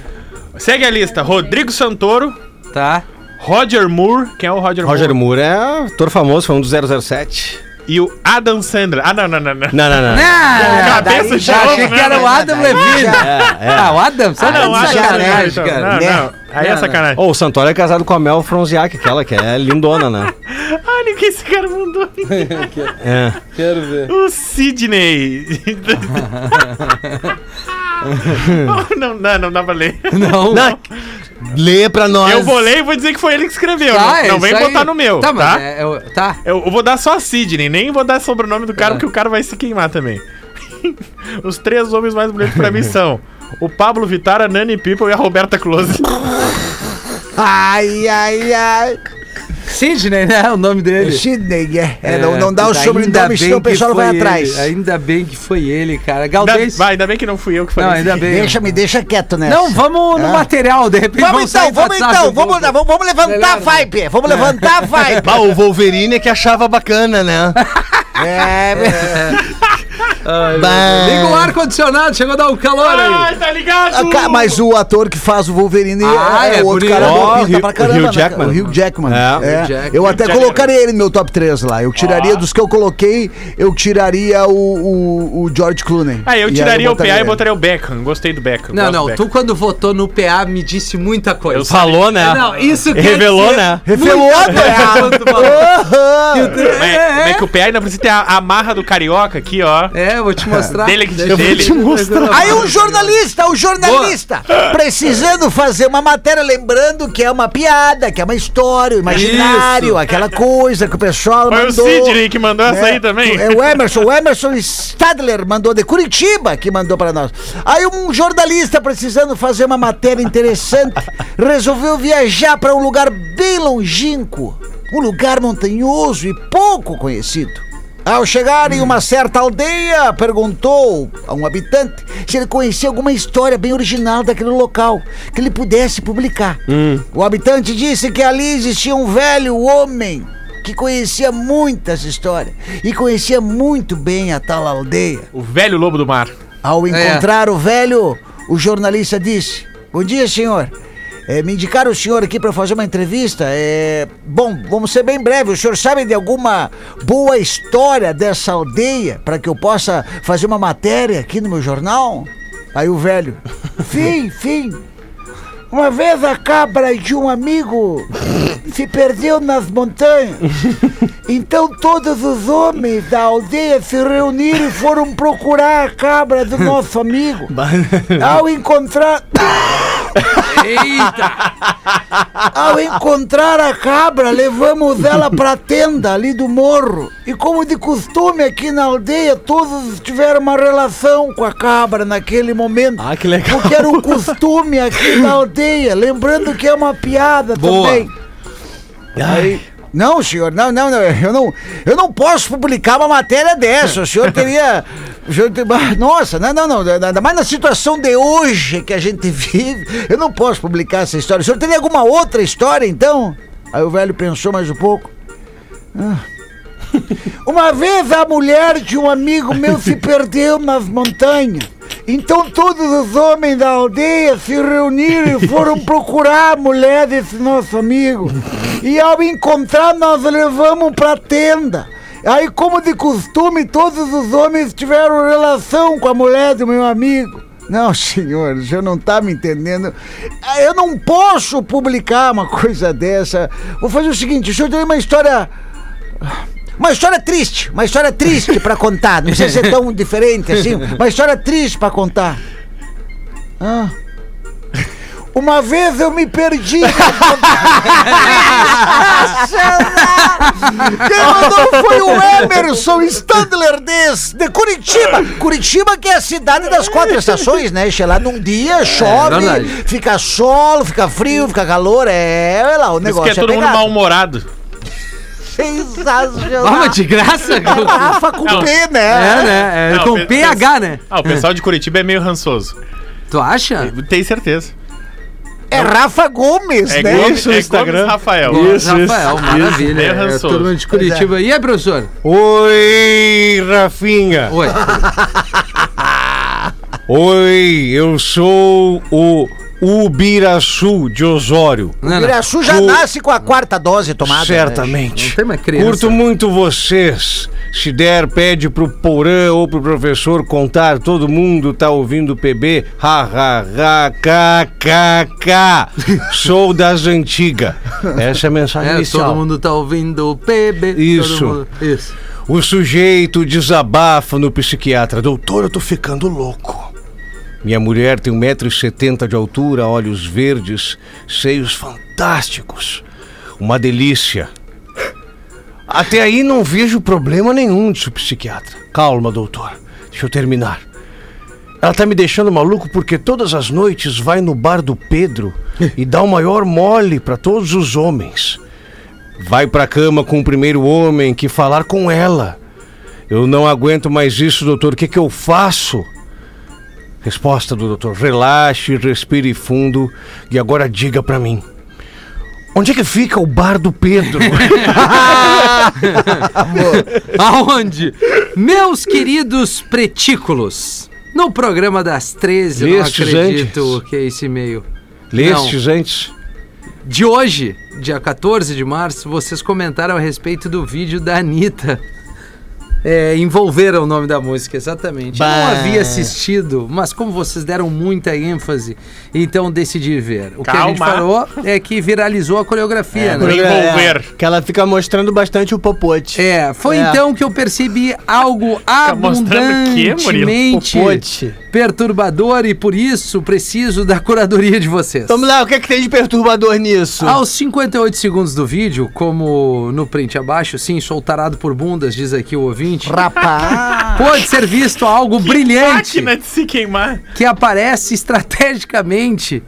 [SPEAKER 3] Segue a lista: Rodrigo Santoro,
[SPEAKER 1] Tá.
[SPEAKER 3] Roger Moore. Quem é o Roger,
[SPEAKER 2] Roger
[SPEAKER 3] Moore?
[SPEAKER 2] Moore é ator famoso, foi um do 007.
[SPEAKER 3] E o Adam Sandler. Ah, não, não, não. não.
[SPEAKER 2] Não, não, não.
[SPEAKER 1] Ah,
[SPEAKER 3] É, Cabeça
[SPEAKER 1] daí
[SPEAKER 3] de
[SPEAKER 1] já
[SPEAKER 3] ovo,
[SPEAKER 1] achei que
[SPEAKER 3] né?
[SPEAKER 1] era o Adam Levine.
[SPEAKER 2] É, é.
[SPEAKER 1] Ah, o Adam, você
[SPEAKER 3] Ah,
[SPEAKER 1] tá
[SPEAKER 3] não,
[SPEAKER 1] de
[SPEAKER 3] Adam Sandler,
[SPEAKER 1] sacanagem,
[SPEAKER 3] então.
[SPEAKER 1] cara. Né?
[SPEAKER 3] Não,
[SPEAKER 1] Não,
[SPEAKER 3] não. Aí
[SPEAKER 1] Oh.
[SPEAKER 3] é
[SPEAKER 1] não.
[SPEAKER 3] sacanagem.
[SPEAKER 2] Ô, o Santoro é casado com a Mel Fronziak, aquela que é lindona, né?
[SPEAKER 3] Olha o que Ah, esse cara mandou.
[SPEAKER 2] É.
[SPEAKER 1] Quero ver.
[SPEAKER 3] O Sidney. Oh, não, não, não dá pra ler.
[SPEAKER 1] Não.
[SPEAKER 2] Não, lê pra nós.
[SPEAKER 3] Eu vou ler e vou dizer que foi ele que escreveu.
[SPEAKER 1] Tá,
[SPEAKER 3] não
[SPEAKER 1] é
[SPEAKER 3] não vem
[SPEAKER 1] isso aí.
[SPEAKER 3] botar no meu.
[SPEAKER 1] Tá,
[SPEAKER 3] Tá,
[SPEAKER 1] mas é- é o- tá.
[SPEAKER 3] Eu, eu vou dar só Sidney, nem vou dar sobrenome do
[SPEAKER 1] É.
[SPEAKER 3] cara, porque o cara vai se queimar também. Os três homens mais bonitos pra mim são o Pablo Vittar, a Nani People e a Roberta Close.
[SPEAKER 5] Ai, ai, ai.
[SPEAKER 1] Sidney, né? O nome dele.
[SPEAKER 5] Sidney, é. É, não, não dá o
[SPEAKER 1] Ainda
[SPEAKER 5] sobrenome,
[SPEAKER 1] bem
[SPEAKER 5] senão o
[SPEAKER 1] que
[SPEAKER 5] pessoal
[SPEAKER 1] foi
[SPEAKER 5] vai
[SPEAKER 1] ele.
[SPEAKER 5] atrás.
[SPEAKER 1] Ainda bem que foi ele, cara.
[SPEAKER 3] Ainda,
[SPEAKER 1] Galdês.
[SPEAKER 3] vai, ainda bem que não fui eu que falei
[SPEAKER 1] Não,
[SPEAKER 3] isso.
[SPEAKER 1] ainda bem.
[SPEAKER 5] Deixa, me deixa quieto né?
[SPEAKER 1] Não, vamos no
[SPEAKER 5] Ah.
[SPEAKER 1] material, de repente.
[SPEAKER 4] Vamos então,
[SPEAKER 1] sair do
[SPEAKER 4] vamos
[SPEAKER 1] WhatsApp
[SPEAKER 4] então,
[SPEAKER 1] do
[SPEAKER 4] vamos,
[SPEAKER 1] grupo.
[SPEAKER 4] vamos, vamos levantar a
[SPEAKER 1] Melhor, né?
[SPEAKER 4] vibe, vamos levantar a vibe.
[SPEAKER 2] Bah, o Wolverine é que achava bacana, né?
[SPEAKER 5] É,
[SPEAKER 2] Bah.
[SPEAKER 1] Liga o ar-condicionado, chegou a dar um calor aí.
[SPEAKER 3] Ai, tá ligado?
[SPEAKER 5] Ah, ca- Mas o ator que faz o Wolverine
[SPEAKER 1] Ah,
[SPEAKER 5] é,
[SPEAKER 1] é
[SPEAKER 5] o outro
[SPEAKER 1] bonito.
[SPEAKER 5] cara
[SPEAKER 1] Ó,
[SPEAKER 5] bom,
[SPEAKER 2] o
[SPEAKER 5] pinta
[SPEAKER 2] Hugh-
[SPEAKER 5] pra caramba,
[SPEAKER 2] o Hugh
[SPEAKER 5] né, cara?
[SPEAKER 2] Jackman.
[SPEAKER 5] O Hugh Jackman.
[SPEAKER 2] É.
[SPEAKER 5] É.
[SPEAKER 1] Hugh Jackman.
[SPEAKER 5] Eu até
[SPEAKER 3] Hugh Jackman.
[SPEAKER 5] colocaria ele no meu top 3 lá. Eu tiraria dos que eu coloquei, eu tiraria o, o, o George Clooney.
[SPEAKER 3] Ah, eu
[SPEAKER 5] E
[SPEAKER 3] tiraria o PA
[SPEAKER 5] botaria
[SPEAKER 3] e
[SPEAKER 5] ele.
[SPEAKER 3] botaria o Beckham. Gostei do Beckham.
[SPEAKER 1] Não,
[SPEAKER 3] gosto do
[SPEAKER 1] não,
[SPEAKER 3] Beckham.
[SPEAKER 1] tu quando votou no PA me disse muita coisa.
[SPEAKER 2] Falou, né?
[SPEAKER 1] Não, isso quer
[SPEAKER 2] Revelou,
[SPEAKER 1] dizer
[SPEAKER 2] né?
[SPEAKER 5] Revelou,
[SPEAKER 1] muita
[SPEAKER 5] né?
[SPEAKER 1] coisa quando tu falou.
[SPEAKER 3] Como é, como é que o PA ainda precisa ter a, a marra do carioca aqui, ó.
[SPEAKER 1] É, eu vou te mostrar.
[SPEAKER 3] Dele que
[SPEAKER 1] Deixa-
[SPEAKER 3] dele.
[SPEAKER 1] deixa eu mostrar.
[SPEAKER 4] Aí um jornalista, um jornalista,
[SPEAKER 3] Ah.
[SPEAKER 4] precisando fazer uma matéria, lembrando que é uma piada, que é uma história, o imaginário,
[SPEAKER 1] Isso.
[SPEAKER 4] aquela coisa que o pessoal
[SPEAKER 3] Foi o
[SPEAKER 4] mandou.
[SPEAKER 3] Sidney que mandou essa aí também.
[SPEAKER 4] É o Emerson, o Emerson Stadler mandou de Curitiba que mandou pra nós. Aí um jornalista precisando fazer uma matéria interessante resolveu viajar pra um lugar bem longínquo, um lugar montanhoso e pouco conhecido. Ao chegar em uma certa aldeia, perguntou a um habitante se ele conhecia alguma história bem original daquele local que ele pudesse publicar.
[SPEAKER 3] Hum.
[SPEAKER 4] O habitante disse que ali existia um velho homem que conhecia muitas histórias e conhecia muito bem a tal aldeia.
[SPEAKER 3] O velho lobo do mar.
[SPEAKER 4] Ao encontrar o velho, o jornalista disse: Bom dia, senhor. É, me indicaram o senhor aqui para fazer uma entrevista. É, bom, vamos ser bem breve. O senhor sabe de alguma boa história dessa aldeia para que eu possa fazer uma matéria aqui no meu jornal? Aí o velho: Fim, fim. Uma vez a cabra de um amigo se perdeu nas montanhas. Então todos os homens da aldeia se reuniram e foram procurar a cabra do nosso amigo. Ao encontrar
[SPEAKER 1] Eita!
[SPEAKER 4] Ao encontrar a cabra, levamos ela pra tenda ali do morro. E como de costume aqui na aldeia, todos tiveram uma relação com a cabra naquele momento.
[SPEAKER 2] Ah, que legal.
[SPEAKER 4] Porque era um costume aqui na aldeia. Lembrando que é uma piada
[SPEAKER 1] Boa.
[SPEAKER 4] também.
[SPEAKER 2] Ai,
[SPEAKER 4] Não, senhor, não, não, não, eu não, eu não posso publicar uma matéria dessa. O senhor teria, o senhor te- bah, nossa, não, não, não, ainda mais na situação de hoje que a gente vive, eu não posso publicar essa história. O senhor teria alguma outra história, então? Aí o velho pensou mais um pouco. Ah. Uma vez a mulher de um amigo meu se perdeu nas montanhas. Então todos os homens da aldeia se reuniram e foram procurar a mulher desse nosso amigo. E ao encontrar, nós levamos para a tenda. Aí, como de costume, todos os homens tiveram relação com a mulher do meu amigo. Não, senhor, o senhor não está me entendendo. Ah, Eu não posso publicar uma coisa dessa. Vou fazer o seguinte: o senhor tem uma história uma história triste, uma história triste pra contar. Não sei se é tão diferente assim. Uma história triste pra contar. Ah. Uma vez eu me perdi. Quem mandou foi o Emerson Standler des- de Curitiba. Curitiba que é a cidade das quatro estações, né? Chega lá num
[SPEAKER 3] É,
[SPEAKER 4] dia, chove,
[SPEAKER 1] verdade.
[SPEAKER 4] fica sol, fica frio, fica calor. É, olha lá, o
[SPEAKER 3] Isso
[SPEAKER 4] negócio
[SPEAKER 3] que é todo mundo
[SPEAKER 4] pegado.
[SPEAKER 3] mal-humorado.
[SPEAKER 4] Sensacional.
[SPEAKER 1] Vamos de graça? É com-
[SPEAKER 4] Rafa com
[SPEAKER 3] Não.
[SPEAKER 4] P, Tá. né?
[SPEAKER 1] É, né? É,
[SPEAKER 3] Não,
[SPEAKER 1] com
[SPEAKER 3] pe-
[SPEAKER 1] PH, né?
[SPEAKER 3] Ah, o pessoal de Curitiba é meio rançoso.
[SPEAKER 1] Tu acha?
[SPEAKER 3] Tenho certeza.
[SPEAKER 4] É Rafa Gomes,
[SPEAKER 3] É
[SPEAKER 4] né?
[SPEAKER 3] Gomes,
[SPEAKER 2] Isso,
[SPEAKER 3] é
[SPEAKER 2] Instagram.
[SPEAKER 3] Gomes Rafael.
[SPEAKER 2] Isso,
[SPEAKER 1] Rafael,
[SPEAKER 2] isso,
[SPEAKER 1] maravilha.
[SPEAKER 3] isso, bem
[SPEAKER 1] É,
[SPEAKER 3] rançoso.
[SPEAKER 1] turma de Curitiba. E aí, professor?
[SPEAKER 2] Oi, Rafinha.
[SPEAKER 1] Oi.
[SPEAKER 2] Oi, eu sou o Ubiraçu de Osório.
[SPEAKER 3] né?
[SPEAKER 1] Não, não. não
[SPEAKER 4] Piraçu já
[SPEAKER 2] O-
[SPEAKER 4] nasce com a quarta dose tomada. né?
[SPEAKER 2] Certamente.
[SPEAKER 1] né? tem mais é criança.
[SPEAKER 2] Curto muito vocês. Se der, pede pro Porã ou pro professor contar. Todo mundo tá ouvindo o PB. Ha, ha, ha, cá, cá, cá. Sou das antigas. Essa é a mensagem
[SPEAKER 1] É,
[SPEAKER 2] inicial.
[SPEAKER 1] todo mundo tá ouvindo o PB. todo
[SPEAKER 2] Isso.
[SPEAKER 1] mundo- Isso.
[SPEAKER 2] O sujeito desabafa no psiquiatra. Doutor, eu tô ficando louco. Minha mulher tem 1,70m de altura, olhos verdes, seios fantásticos. Uma delícia. Até aí não vejo problema nenhum, disse o psiquiatra. Calma, doutor. Deixa eu terminar. Ela tá me deixando maluco porque todas as noites vai no bar do Pedro e dá o maior mole pra todos os homens. Vai pra cama com o primeiro homem que falar com ela. Eu não aguento mais isso, doutor. O que, que eu faço? Resposta do doutor: relaxe, respire fundo e agora diga pra mim. Onde é que fica o bar do Pedro?
[SPEAKER 1] Aonde? Meus queridos pretículos, no programa das 13, eu não
[SPEAKER 2] Lestes
[SPEAKER 1] acredito
[SPEAKER 2] antes.
[SPEAKER 1] que é esse e-mail.
[SPEAKER 2] Lestes antes.
[SPEAKER 1] De hoje, dia 14 de março, vocês comentaram a respeito do vídeo da Anitta. É, envolveram o nome da música, exatamente. Eu não havia assistido, mas como vocês deram muita ênfase, então decidi ver. O que a gente
[SPEAKER 3] Calma.
[SPEAKER 1] falou é que viralizou a
[SPEAKER 6] É,
[SPEAKER 1] coreografia, né?
[SPEAKER 2] É,
[SPEAKER 3] Envolver.
[SPEAKER 6] Que ela fica mostrando bastante o popote.
[SPEAKER 1] É, foi
[SPEAKER 6] É.
[SPEAKER 1] então que eu percebi algo
[SPEAKER 3] mostrando o quê, Murilo?
[SPEAKER 1] abundantemente
[SPEAKER 6] Popote.
[SPEAKER 1] perturbador e por isso preciso da curadoria de vocês.
[SPEAKER 6] Vamos lá, o que é que tem de perturbador nisso?
[SPEAKER 1] Aos 58 segundos do vídeo, como no print abaixo, sim, sou tarado por bundas, diz aqui o ouvinte,
[SPEAKER 4] Rapaz.
[SPEAKER 1] pode ser visto algo brilhante
[SPEAKER 3] Máquina de se queimar.
[SPEAKER 1] que aparece estrategicamente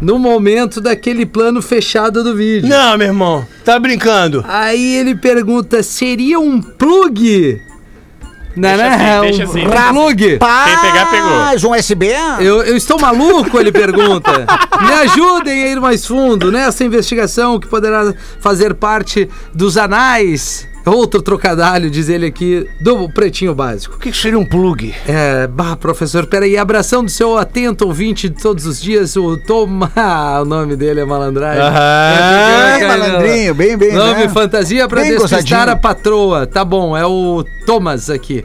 [SPEAKER 1] no momento daquele plano fechado do vídeo.
[SPEAKER 6] Não, meu irmão. Tá brincando.
[SPEAKER 1] Aí ele pergunta: seria um plug? Não,
[SPEAKER 3] Deixa
[SPEAKER 1] né?
[SPEAKER 3] assim, deixa assim.
[SPEAKER 1] um plug?
[SPEAKER 3] Quem pegar, pegou.
[SPEAKER 4] um USB?
[SPEAKER 1] Eu, eu estou maluco? Ele pergunta. Me ajudem a ir mais fundo nessa investigação que poderá fazer parte dos anais. Outro trocadalho, diz ele aqui, do Pretinho Básico.
[SPEAKER 2] O que que seria um plug?
[SPEAKER 1] É, bah, professor, peraí, abração do seu atento ouvinte de todos os dias, o Toma. Ah, o nome dele é malandragem.
[SPEAKER 2] Aham.
[SPEAKER 1] É,
[SPEAKER 4] Bem malandrinho, bem, bem,
[SPEAKER 1] Nome
[SPEAKER 4] né?
[SPEAKER 1] fantasia pra
[SPEAKER 4] Bem
[SPEAKER 1] despistar
[SPEAKER 4] gozadinho.
[SPEAKER 1] a patroa. Tá bom, é o Thomas aqui.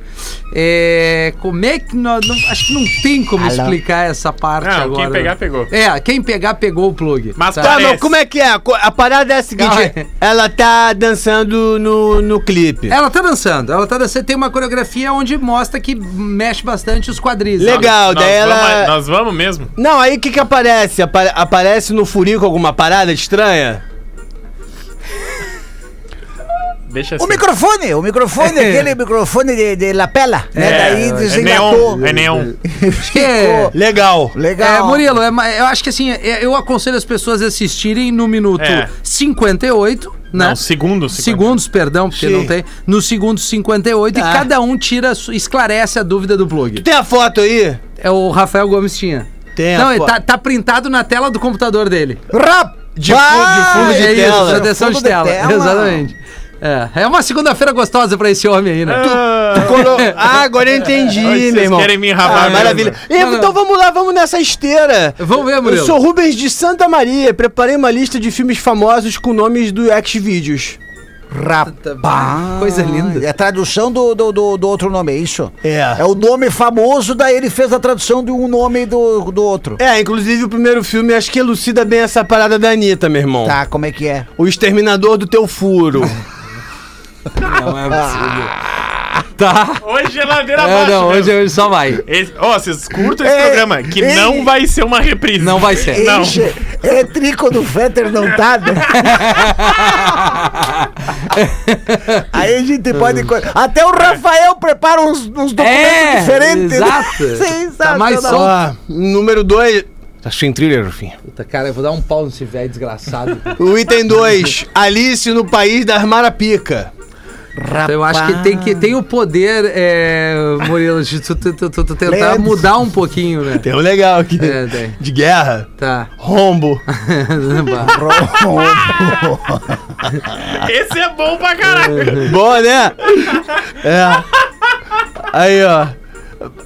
[SPEAKER 1] É, como é que nós. não- acho que não tem como explicar essa parte
[SPEAKER 3] Não,
[SPEAKER 1] agora.
[SPEAKER 3] quem pegar, pegou.
[SPEAKER 1] É, quem pegar, pegou o plug.
[SPEAKER 3] Mas
[SPEAKER 6] Tá,
[SPEAKER 3] parece.
[SPEAKER 6] mas como é que é? A co- A parada é a seguinte:
[SPEAKER 1] Calma aí.
[SPEAKER 6] ela tá dançando no,
[SPEAKER 2] no clipe.
[SPEAKER 1] Ela tá dançando, ela tá dançando. Tem uma coreografia onde mostra que mexe bastante os quadris.
[SPEAKER 2] Legal,
[SPEAKER 3] nós,
[SPEAKER 2] daí ela.
[SPEAKER 3] vamos, nós vamos mesmo?
[SPEAKER 2] Não, aí o que que aparece? Apa- Aparece no furico alguma parada estranha?
[SPEAKER 3] Deixa assim.
[SPEAKER 4] O microfone, o microfone, aquele microfone de, de lapela, né? Daí
[SPEAKER 3] é neon,
[SPEAKER 4] desengatou.
[SPEAKER 3] é neon.
[SPEAKER 1] Acho que é.
[SPEAKER 2] Legal.
[SPEAKER 1] É,
[SPEAKER 4] Legal.
[SPEAKER 1] Murilo, é ma- eu acho que assim, é- eu aconselho as pessoas a assistirem no minuto
[SPEAKER 3] É.
[SPEAKER 1] 58, né?
[SPEAKER 3] Não, segundo,
[SPEAKER 1] Segundos, perdão, porque
[SPEAKER 2] Sim.
[SPEAKER 1] não tem. No segundo 58 e
[SPEAKER 2] Tá.
[SPEAKER 1] cada um tira, a su- esclarece a dúvida do plug.
[SPEAKER 2] Tem a foto aí?
[SPEAKER 1] É o Rafael Gomes tinha.
[SPEAKER 2] Tem a
[SPEAKER 1] Não, ele
[SPEAKER 2] foto.
[SPEAKER 1] tá, tá printado na tela do computador dele.
[SPEAKER 2] De, fu- de fundo de
[SPEAKER 1] é
[SPEAKER 2] tela.
[SPEAKER 1] isso, proteção
[SPEAKER 4] Fundo
[SPEAKER 1] de
[SPEAKER 4] de
[SPEAKER 1] tela.
[SPEAKER 4] tela.
[SPEAKER 1] Exatamente. É, é uma segunda-feira gostosa pra esse homem aí, né?
[SPEAKER 3] Ah,
[SPEAKER 2] Colo- Ah, agora eu entendi,
[SPEAKER 3] Ai, vocês
[SPEAKER 2] meu irmão.
[SPEAKER 3] querem me enrabar
[SPEAKER 2] ah,
[SPEAKER 3] mesmo.
[SPEAKER 2] maravilha. E,
[SPEAKER 1] Não, não.
[SPEAKER 2] então vamos lá, vamos nessa esteira.
[SPEAKER 1] Vamos ver,
[SPEAKER 2] Eu
[SPEAKER 1] Murilo.
[SPEAKER 2] sou Rubens de Santa Maria. Preparei uma lista de filmes famosos com nomes do X-Vídeos.
[SPEAKER 4] Rapaz.
[SPEAKER 1] Coisa linda.
[SPEAKER 4] É a tradução do, do, do, do outro nome, é isso?
[SPEAKER 2] É.
[SPEAKER 4] É o nome famoso, daí ele fez a tradução de um nome do, do outro.
[SPEAKER 2] É, inclusive o primeiro filme acho que elucida bem essa parada da Anitta, meu irmão.
[SPEAKER 4] Tá, como é que é?
[SPEAKER 2] O Exterminador do Teu Furo.
[SPEAKER 1] Tá.
[SPEAKER 3] Hoje geladeira
[SPEAKER 1] É,
[SPEAKER 3] abaixo.
[SPEAKER 1] não,
[SPEAKER 3] mesmo.
[SPEAKER 1] hoje, hoje só vai.
[SPEAKER 3] Esse- Ó, vocês curtam
[SPEAKER 1] É,
[SPEAKER 3] esse programa, que não vai ser uma reprise.
[SPEAKER 1] Não vai ser.
[SPEAKER 3] Não.
[SPEAKER 4] Eixe, é trico do Fetter não tá, né? Aí a gente pode. co- Até o Rafael prepara uns, uns documentos
[SPEAKER 1] É,
[SPEAKER 4] diferentes.
[SPEAKER 1] exato. Tá mais
[SPEAKER 4] Sensacional.
[SPEAKER 1] solto.
[SPEAKER 2] Ó, Ah, número 2. Tá sem thriller, enfim.
[SPEAKER 1] Puta, cara, eu vou dar um pau nesse velho desgraçado.
[SPEAKER 2] O item 2. Alice no País das Marapica.
[SPEAKER 1] Então, eu acho que tem, que tem o poder, é, Murilo, de tu, tu- tu- tu- tu tentar
[SPEAKER 4] Leandro.
[SPEAKER 1] mudar um pouquinho, né?
[SPEAKER 2] Tem um legal aqui.
[SPEAKER 1] É, tem.
[SPEAKER 2] De guerra.
[SPEAKER 1] Tá.
[SPEAKER 2] Rombo.
[SPEAKER 3] Esse é bom pra
[SPEAKER 7] Uhum.
[SPEAKER 3] caralho.
[SPEAKER 2] Boa, né? É.
[SPEAKER 6] É.
[SPEAKER 2] Aí, ó.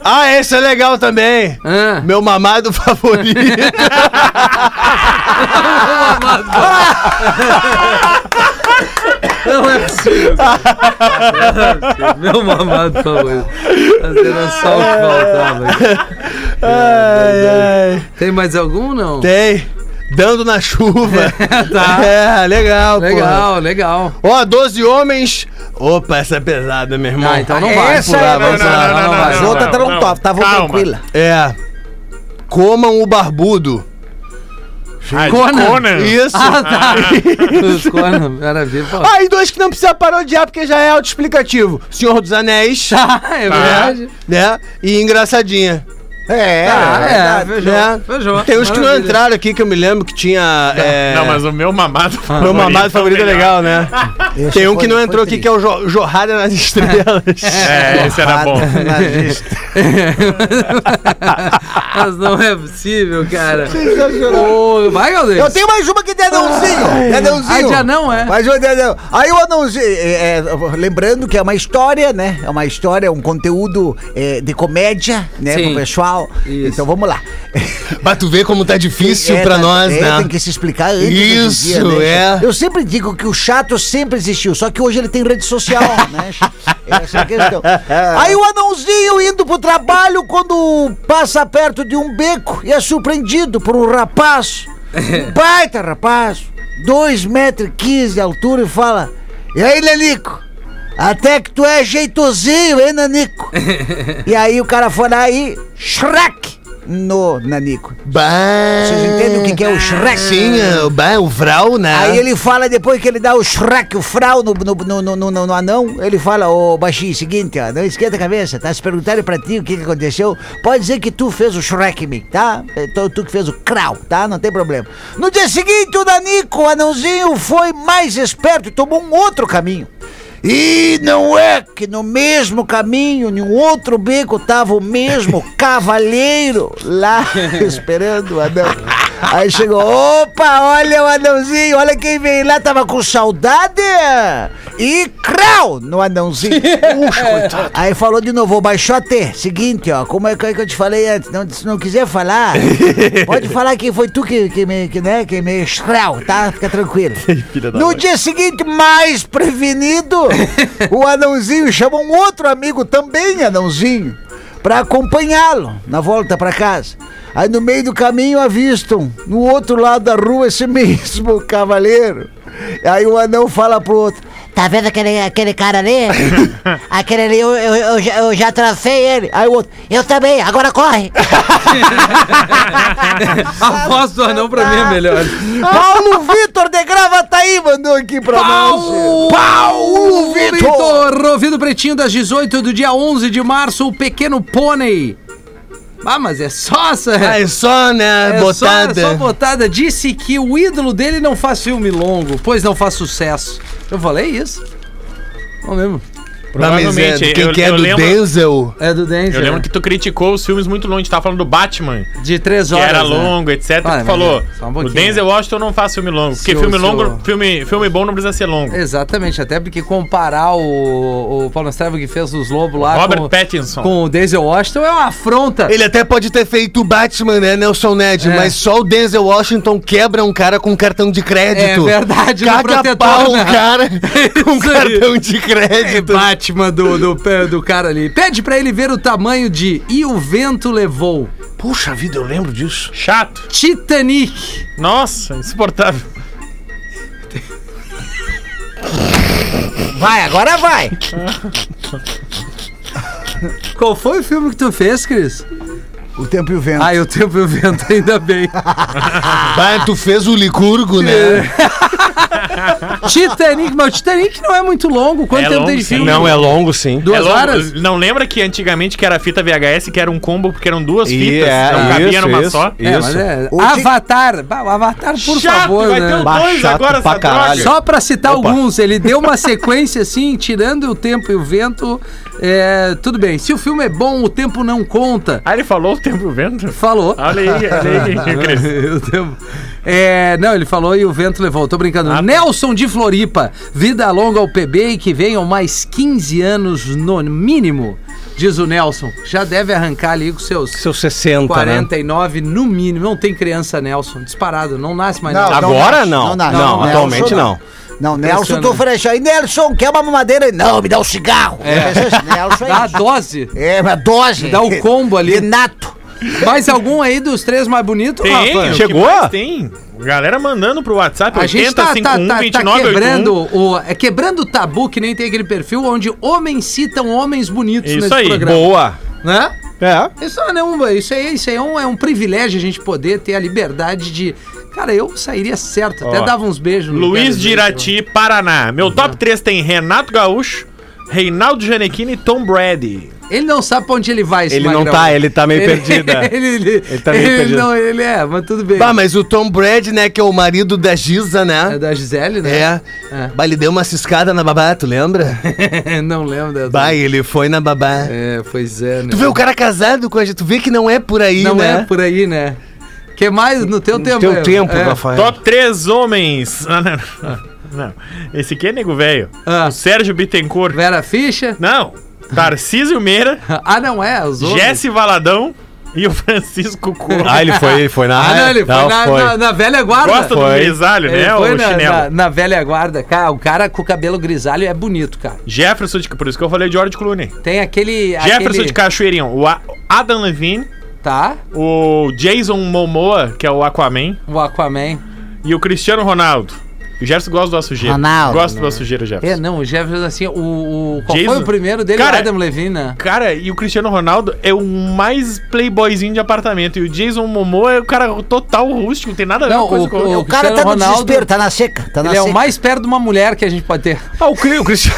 [SPEAKER 2] Ah, esse é legal também.
[SPEAKER 1] Ah.
[SPEAKER 2] Meu mamado favorito.
[SPEAKER 1] Não é possível. Meu mamado favorito. Mas Era só o que faltava.
[SPEAKER 2] ai, ai.
[SPEAKER 1] Tem mais algum, não?
[SPEAKER 2] Tem. Dando na chuva.
[SPEAKER 1] tá.
[SPEAKER 2] É, legal, pô.
[SPEAKER 1] Legal, legal.
[SPEAKER 2] Ó, 12 homens. Opa, essa é pesada, meu irmão.
[SPEAKER 1] Ah, então não
[SPEAKER 2] É
[SPEAKER 1] vai.
[SPEAKER 2] Essa é
[SPEAKER 1] Pular, tá.
[SPEAKER 2] mais-
[SPEAKER 1] vai pular, não, não,
[SPEAKER 4] As
[SPEAKER 1] não,
[SPEAKER 4] outras
[SPEAKER 3] não,
[SPEAKER 4] estavam
[SPEAKER 3] não.
[SPEAKER 4] tá top, estavam
[SPEAKER 3] Calma.
[SPEAKER 4] tranquila.
[SPEAKER 2] É. Comam o barbudo.
[SPEAKER 3] Ah, de
[SPEAKER 1] Conan.
[SPEAKER 2] Isso.
[SPEAKER 1] Ah, tá. Os Conan, maravilha. pô.
[SPEAKER 2] Ah, e dois que não precisa parodiar, porque já é autoexpativo. Senhor dos Anéis,
[SPEAKER 1] Ah, é verdade.
[SPEAKER 2] né? E engraçadinha.
[SPEAKER 4] É,
[SPEAKER 1] Ah, é,
[SPEAKER 4] é,
[SPEAKER 1] feijão.
[SPEAKER 2] né?
[SPEAKER 1] Feijão.
[SPEAKER 2] Tem uns que não
[SPEAKER 1] Maravilha.
[SPEAKER 2] entraram aqui, que eu me lembro que tinha. é,
[SPEAKER 3] Não, mas o meu mamado favorito. tá
[SPEAKER 2] Meu mamado favorito é
[SPEAKER 3] o
[SPEAKER 2] legal, né?
[SPEAKER 4] Esse
[SPEAKER 2] Tem um que
[SPEAKER 4] foi-
[SPEAKER 2] não
[SPEAKER 4] foi
[SPEAKER 2] entrou aqui,
[SPEAKER 4] triste.
[SPEAKER 2] que é o Jo- Jorrada nas Estrelas.
[SPEAKER 3] É, esse
[SPEAKER 1] Ah,
[SPEAKER 3] era
[SPEAKER 1] Tá,
[SPEAKER 3] bom.
[SPEAKER 1] Mas não é possível, cara. Ô, vai, Galdês.
[SPEAKER 4] Eu tenho mais uma que tem anãozinho. tem
[SPEAKER 1] Ah,
[SPEAKER 4] anãozinho.
[SPEAKER 1] de anão, é?
[SPEAKER 4] Mas o anão. Aí o anãozinho. é, é, lembrando que é uma história, né? É uma história, um conteúdo é, de comédia, né?
[SPEAKER 1] Sim.
[SPEAKER 4] Pro pessoal.
[SPEAKER 1] Isso.
[SPEAKER 4] Então vamos lá.
[SPEAKER 2] Mas tu vê como tá difícil
[SPEAKER 4] É,
[SPEAKER 2] pra
[SPEAKER 4] tá-
[SPEAKER 2] nós,
[SPEAKER 4] é,
[SPEAKER 2] né?
[SPEAKER 4] Tem que se explicar antes.
[SPEAKER 2] Isso,
[SPEAKER 4] hoje em
[SPEAKER 2] é.
[SPEAKER 4] Eu sempre digo que o chato sempre existiu, só que hoje ele tem rede social, né? Essa é a questão. Aí o anãozinho indo pro trabalho quando passa perto de um beco e é surpreendido por um rapaz, um baita rapaz, 2,15 metros e 15 de altura e fala, e aí, Lelico? Até que tu é jeitosinho, hein, Nanico? e aí o cara foi lá e... Shrek! No Nanico.
[SPEAKER 2] Bah.
[SPEAKER 4] Vocês entendem o que, que é o Shrek?
[SPEAKER 2] Sim, é, o, bah, o Vral, né?
[SPEAKER 4] Aí ele fala, depois que ele dá o Shrek, o frau no, no, no, no, no- no- no anão, ele fala, ô baixinho, seguinte, ó, não esquenta a cabeça, tá? Se perguntarem pra ti o que, que aconteceu, pode dizer que tu fez o Shrek em mim, tá? Então tu que fez o Krau, tá? Não tem problema. No dia seguinte, o Danico, o anãozinho, foi mais esperto e tomou um outro caminho. E não é que no mesmo caminho, em um outro beco, tava o mesmo cavaleiro lá esperando o anão. Aí chegou, opa, olha o anãozinho, olha quem veio lá, tava com saudade. E crau no anãozinho. Puxa, coitado. Aí falou de novo, ô baixote, seguinte, ó, como é que é que eu te falei antes? Não, se não quiser falar, pode falar que foi tu que, que me, que, né, que me crau, tá? Fica tranquilo. No dia seguinte, mais prevenido, o anãozinho chama um outro amigo, também anãozinho, para acompanhá-lo na volta para casa. Aí no meio do caminho avistam, no outro lado da rua, esse mesmo cavaleiro. Aí o anão fala pro outro:
[SPEAKER 8] Tá vendo aquele, aquele cara ali? aquele ali, eu, eu, eu já, eu já tracei ele. Aí o outro, eu também, agora corre.
[SPEAKER 1] A voz do anão pra mim é melhor.
[SPEAKER 4] Paulo Vitor de Gravataí mandou aqui pra nós.
[SPEAKER 1] Paulo Vitor! Ouvido Pretinho das 18 do dia 11 de março, o Pequeno Pônei. Ah, mas é só essa...
[SPEAKER 6] Aí só, né,
[SPEAKER 1] É
[SPEAKER 6] botada.
[SPEAKER 1] Só, só botada disse que o ídolo dele não faz filme longo, pois não faz sucesso. Eu falei isso? Não lembro.
[SPEAKER 6] Tá, mas é,
[SPEAKER 3] Provavelmente,
[SPEAKER 6] quem
[SPEAKER 3] eu-
[SPEAKER 6] que é
[SPEAKER 3] eu
[SPEAKER 6] do
[SPEAKER 3] lembro-
[SPEAKER 6] Denzel?
[SPEAKER 1] É do Denzel.
[SPEAKER 3] Eu lembro que tu criticou os filmes muito longos, tu tava falando do Batman,
[SPEAKER 1] de três
[SPEAKER 3] que
[SPEAKER 1] horas.
[SPEAKER 3] era
[SPEAKER 1] né?
[SPEAKER 3] longo, etc.
[SPEAKER 1] Ah,
[SPEAKER 3] tu
[SPEAKER 1] mas
[SPEAKER 3] falou,
[SPEAKER 1] só um
[SPEAKER 3] o
[SPEAKER 1] pouquinho.
[SPEAKER 3] Denzel Washington não faz filme longo, porque
[SPEAKER 1] Se o-
[SPEAKER 3] filme
[SPEAKER 1] se
[SPEAKER 3] longo,
[SPEAKER 1] o-
[SPEAKER 3] filme, filme bom não precisa ser longo.
[SPEAKER 1] Exatamente, até porque comparar o, o Paulo Estevam que fez os lobos lá
[SPEAKER 3] Robert
[SPEAKER 1] tá com,
[SPEAKER 3] Pattinson.
[SPEAKER 1] com o Denzel Washington é uma afronta.
[SPEAKER 6] Ele até pode ter feito o Batman, né, Nelson Ned,
[SPEAKER 1] É.
[SPEAKER 6] mas só o Denzel Washington quebra um cara com cartão de crédito.
[SPEAKER 1] É verdade, no
[SPEAKER 6] Caga
[SPEAKER 1] protetor,
[SPEAKER 6] pau
[SPEAKER 2] É.
[SPEAKER 1] né?
[SPEAKER 6] um cara
[SPEAKER 3] Um
[SPEAKER 6] com
[SPEAKER 1] Isso aí.
[SPEAKER 6] cartão de
[SPEAKER 1] É
[SPEAKER 6] crédito.
[SPEAKER 1] Batman do, do, pé do cara ali. Pede pra ele ver o tamanho de E o Vento Levou.
[SPEAKER 6] Puxa vida, eu lembro disso.
[SPEAKER 3] Chato.
[SPEAKER 1] Titanic.
[SPEAKER 3] Nossa, insuportável.
[SPEAKER 4] Vai, agora vai.
[SPEAKER 1] Qual foi o filme que tu fez, Cris?
[SPEAKER 5] O tempo e o vento.
[SPEAKER 1] Ah, eu tempo e o vento, ainda bem.
[SPEAKER 2] Ah.
[SPEAKER 6] Bah, tu fez o Licurgo, né?
[SPEAKER 1] Titanic, mas o Titanic não é muito longo. Quanto
[SPEAKER 3] É
[SPEAKER 1] tempo
[SPEAKER 3] longo,
[SPEAKER 1] tem de
[SPEAKER 3] sim.
[SPEAKER 1] filme?
[SPEAKER 3] Não,
[SPEAKER 6] é longo, sim.
[SPEAKER 1] Duas
[SPEAKER 3] É longo.
[SPEAKER 1] horas?
[SPEAKER 3] Não lembra que antigamente que era fita VHS, que era um combo, porque eram duas
[SPEAKER 6] E
[SPEAKER 3] fitas,
[SPEAKER 6] é,
[SPEAKER 3] não cabia
[SPEAKER 6] isso,
[SPEAKER 3] numa
[SPEAKER 6] isso.
[SPEAKER 3] só.
[SPEAKER 1] É, mas é. Avatar. Bah, o Avatar, por
[SPEAKER 3] Chato,
[SPEAKER 1] favor,
[SPEAKER 3] vai
[SPEAKER 1] né?
[SPEAKER 3] ter um o
[SPEAKER 6] Bah,
[SPEAKER 3] dois
[SPEAKER 6] chato
[SPEAKER 3] agora,
[SPEAKER 6] pra
[SPEAKER 3] essa
[SPEAKER 6] caralho.
[SPEAKER 3] droga.
[SPEAKER 1] Só pra citar alguns, ele deu uma sequência assim, tirando o tempo e o vento. é, tudo bem. Se o filme é bom, o tempo não conta.
[SPEAKER 3] Ah, ele falou o tempo vendo?
[SPEAKER 1] Falou.
[SPEAKER 3] Olha aí, olha aí, Cris.
[SPEAKER 1] Eu tenho- É, não, ele falou e o vento levou. Tô brincando.
[SPEAKER 3] tá.
[SPEAKER 1] Nelson de Floripa, vida longa ao PB e que venham mais 15 anos no mínimo, diz o Nelson. Já deve arrancar ali com seus
[SPEAKER 6] Seus
[SPEAKER 3] né?
[SPEAKER 6] 60,
[SPEAKER 1] 49 no mínimo. Não tem criança, Nelson. Disparado, não nasce mais.
[SPEAKER 4] Não,
[SPEAKER 1] nada.
[SPEAKER 6] Agora não.
[SPEAKER 4] Não, não,
[SPEAKER 6] Não,
[SPEAKER 4] não,
[SPEAKER 6] atualmente
[SPEAKER 4] não.
[SPEAKER 6] não.
[SPEAKER 4] Não, Nelson,
[SPEAKER 1] Impressionante.
[SPEAKER 4] tô oferecendo aí. Nelson, quer uma mamadeira? Não, me dá um cigarro. É, Nelson,
[SPEAKER 1] Dá a dose.
[SPEAKER 4] é uma dose.
[SPEAKER 1] Dá o combo ali.
[SPEAKER 4] De nato.
[SPEAKER 1] Mais algum aí dos três mais bonitos,
[SPEAKER 3] Tem,
[SPEAKER 1] Rafa?
[SPEAKER 3] o que
[SPEAKER 6] Chegou?
[SPEAKER 3] mais Tem. Galera mandando pro WhatsApp,
[SPEAKER 1] A gente
[SPEAKER 3] 80
[SPEAKER 1] tá, tá-
[SPEAKER 3] 51
[SPEAKER 1] tá- tá
[SPEAKER 3] 29
[SPEAKER 1] quebrando
[SPEAKER 3] 81.
[SPEAKER 1] o, é, quebrando o tabu que nem tem aquele perfil onde homens citam homens bonitos
[SPEAKER 3] Isso
[SPEAKER 1] nesse
[SPEAKER 3] aí,
[SPEAKER 1] programa.
[SPEAKER 6] Boa.
[SPEAKER 1] Né?
[SPEAKER 6] É.
[SPEAKER 1] Isso não é um, isso aí, isso aí é, um, é um privilégio a gente poder ter a liberdade de. Cara, eu sairia certo, até
[SPEAKER 3] Ó,
[SPEAKER 1] dava uns beijos. no
[SPEAKER 3] Luiz
[SPEAKER 1] cara, assim,
[SPEAKER 3] de Irati, Paraná. Meu
[SPEAKER 1] Uhum.
[SPEAKER 3] top 3 tem Renato Gaúcho, Reinaldo Gianecchini e Tom Brady.
[SPEAKER 1] tipo, Ele não sabe pra onde ele vai, esse
[SPEAKER 6] Ele não
[SPEAKER 1] magrão.
[SPEAKER 6] tá, ele tá meio
[SPEAKER 1] Ele-
[SPEAKER 6] perdido. é.
[SPEAKER 1] ele, ele,
[SPEAKER 6] Ele tá meio
[SPEAKER 1] ele
[SPEAKER 6] perdido.
[SPEAKER 1] Não, ele é, mas tudo bem.
[SPEAKER 6] Bah, mas o Tom Brady, né, que é o marido da Giza,
[SPEAKER 1] É
[SPEAKER 6] né?
[SPEAKER 1] da Gisele, né?
[SPEAKER 6] É. Bah, ele deu uma ciscada na babá, tu lembra?
[SPEAKER 1] É. não lembro dessa.
[SPEAKER 6] bah, ele foi na babá.
[SPEAKER 1] É, pois é, né?
[SPEAKER 6] Tu vê o cara casado com a gente, tu vê que não é por aí,
[SPEAKER 1] Não
[SPEAKER 6] né?
[SPEAKER 1] é por aí, né? Que mais no teu tempo?
[SPEAKER 6] Teu tempo,
[SPEAKER 1] é.
[SPEAKER 6] Rafael.
[SPEAKER 3] Top 3 homens. Ah, não, não, não. Esse aqui é nego velho.
[SPEAKER 1] Ah,
[SPEAKER 3] O Sérgio Bittencourt.
[SPEAKER 1] Vera Ficha?
[SPEAKER 3] Não. Tarcísio Meira,
[SPEAKER 1] Ah, não é, os outros.
[SPEAKER 3] Jesse Valadão e o Francisco Cura.
[SPEAKER 6] Ah, ele foi, ele foi na
[SPEAKER 2] é?
[SPEAKER 1] Ah, não, ele foi,
[SPEAKER 6] Não,
[SPEAKER 1] na, na- na velha guarda.
[SPEAKER 3] Gosta do
[SPEAKER 6] foi.
[SPEAKER 3] grisalho,
[SPEAKER 1] Ele
[SPEAKER 3] né?
[SPEAKER 1] foi
[SPEAKER 3] O
[SPEAKER 1] na,
[SPEAKER 3] chinelo.
[SPEAKER 1] na- na velha guarda. Cara, o cara com o cabelo grisalho é bonito, cara.
[SPEAKER 3] Jefferson, de, por isso que eu falei de George Clooney.
[SPEAKER 1] Tem É aquele.
[SPEAKER 3] Jefferson
[SPEAKER 1] aquele,
[SPEAKER 3] de Cachoeirinho, o A- Adam Levine,
[SPEAKER 1] Tá?
[SPEAKER 3] o Jason Momoa, que é o Aquaman,
[SPEAKER 1] O Aquaman.
[SPEAKER 3] e o Cristiano Ronaldo. O Jefferson gosta da sujeira.
[SPEAKER 8] Ronaldo,
[SPEAKER 3] Gosta da sujeira, Jefferson.
[SPEAKER 1] É, não, o Jefferson, assim, o. o- qual foi
[SPEAKER 3] Jason?
[SPEAKER 1] o primeiro dele?
[SPEAKER 3] Cara,
[SPEAKER 1] o Adam Levine, né?
[SPEAKER 3] Cara, e o Cristiano Ronaldo é o mais playboyzinho de apartamento. E o Jason Momoa é o cara total rústico, não tem nada a ver
[SPEAKER 1] Não,
[SPEAKER 3] com coisa
[SPEAKER 1] o-
[SPEAKER 3] com
[SPEAKER 1] o-
[SPEAKER 4] O cara
[SPEAKER 1] Cristiano
[SPEAKER 4] tá no
[SPEAKER 1] Ronaldo-
[SPEAKER 4] desespero, tá na seca. Tá na
[SPEAKER 1] Ele é
[SPEAKER 4] seca.
[SPEAKER 1] o mais perto de uma mulher que a gente pode ter.
[SPEAKER 6] Ah, o, Cri- o Cristiano.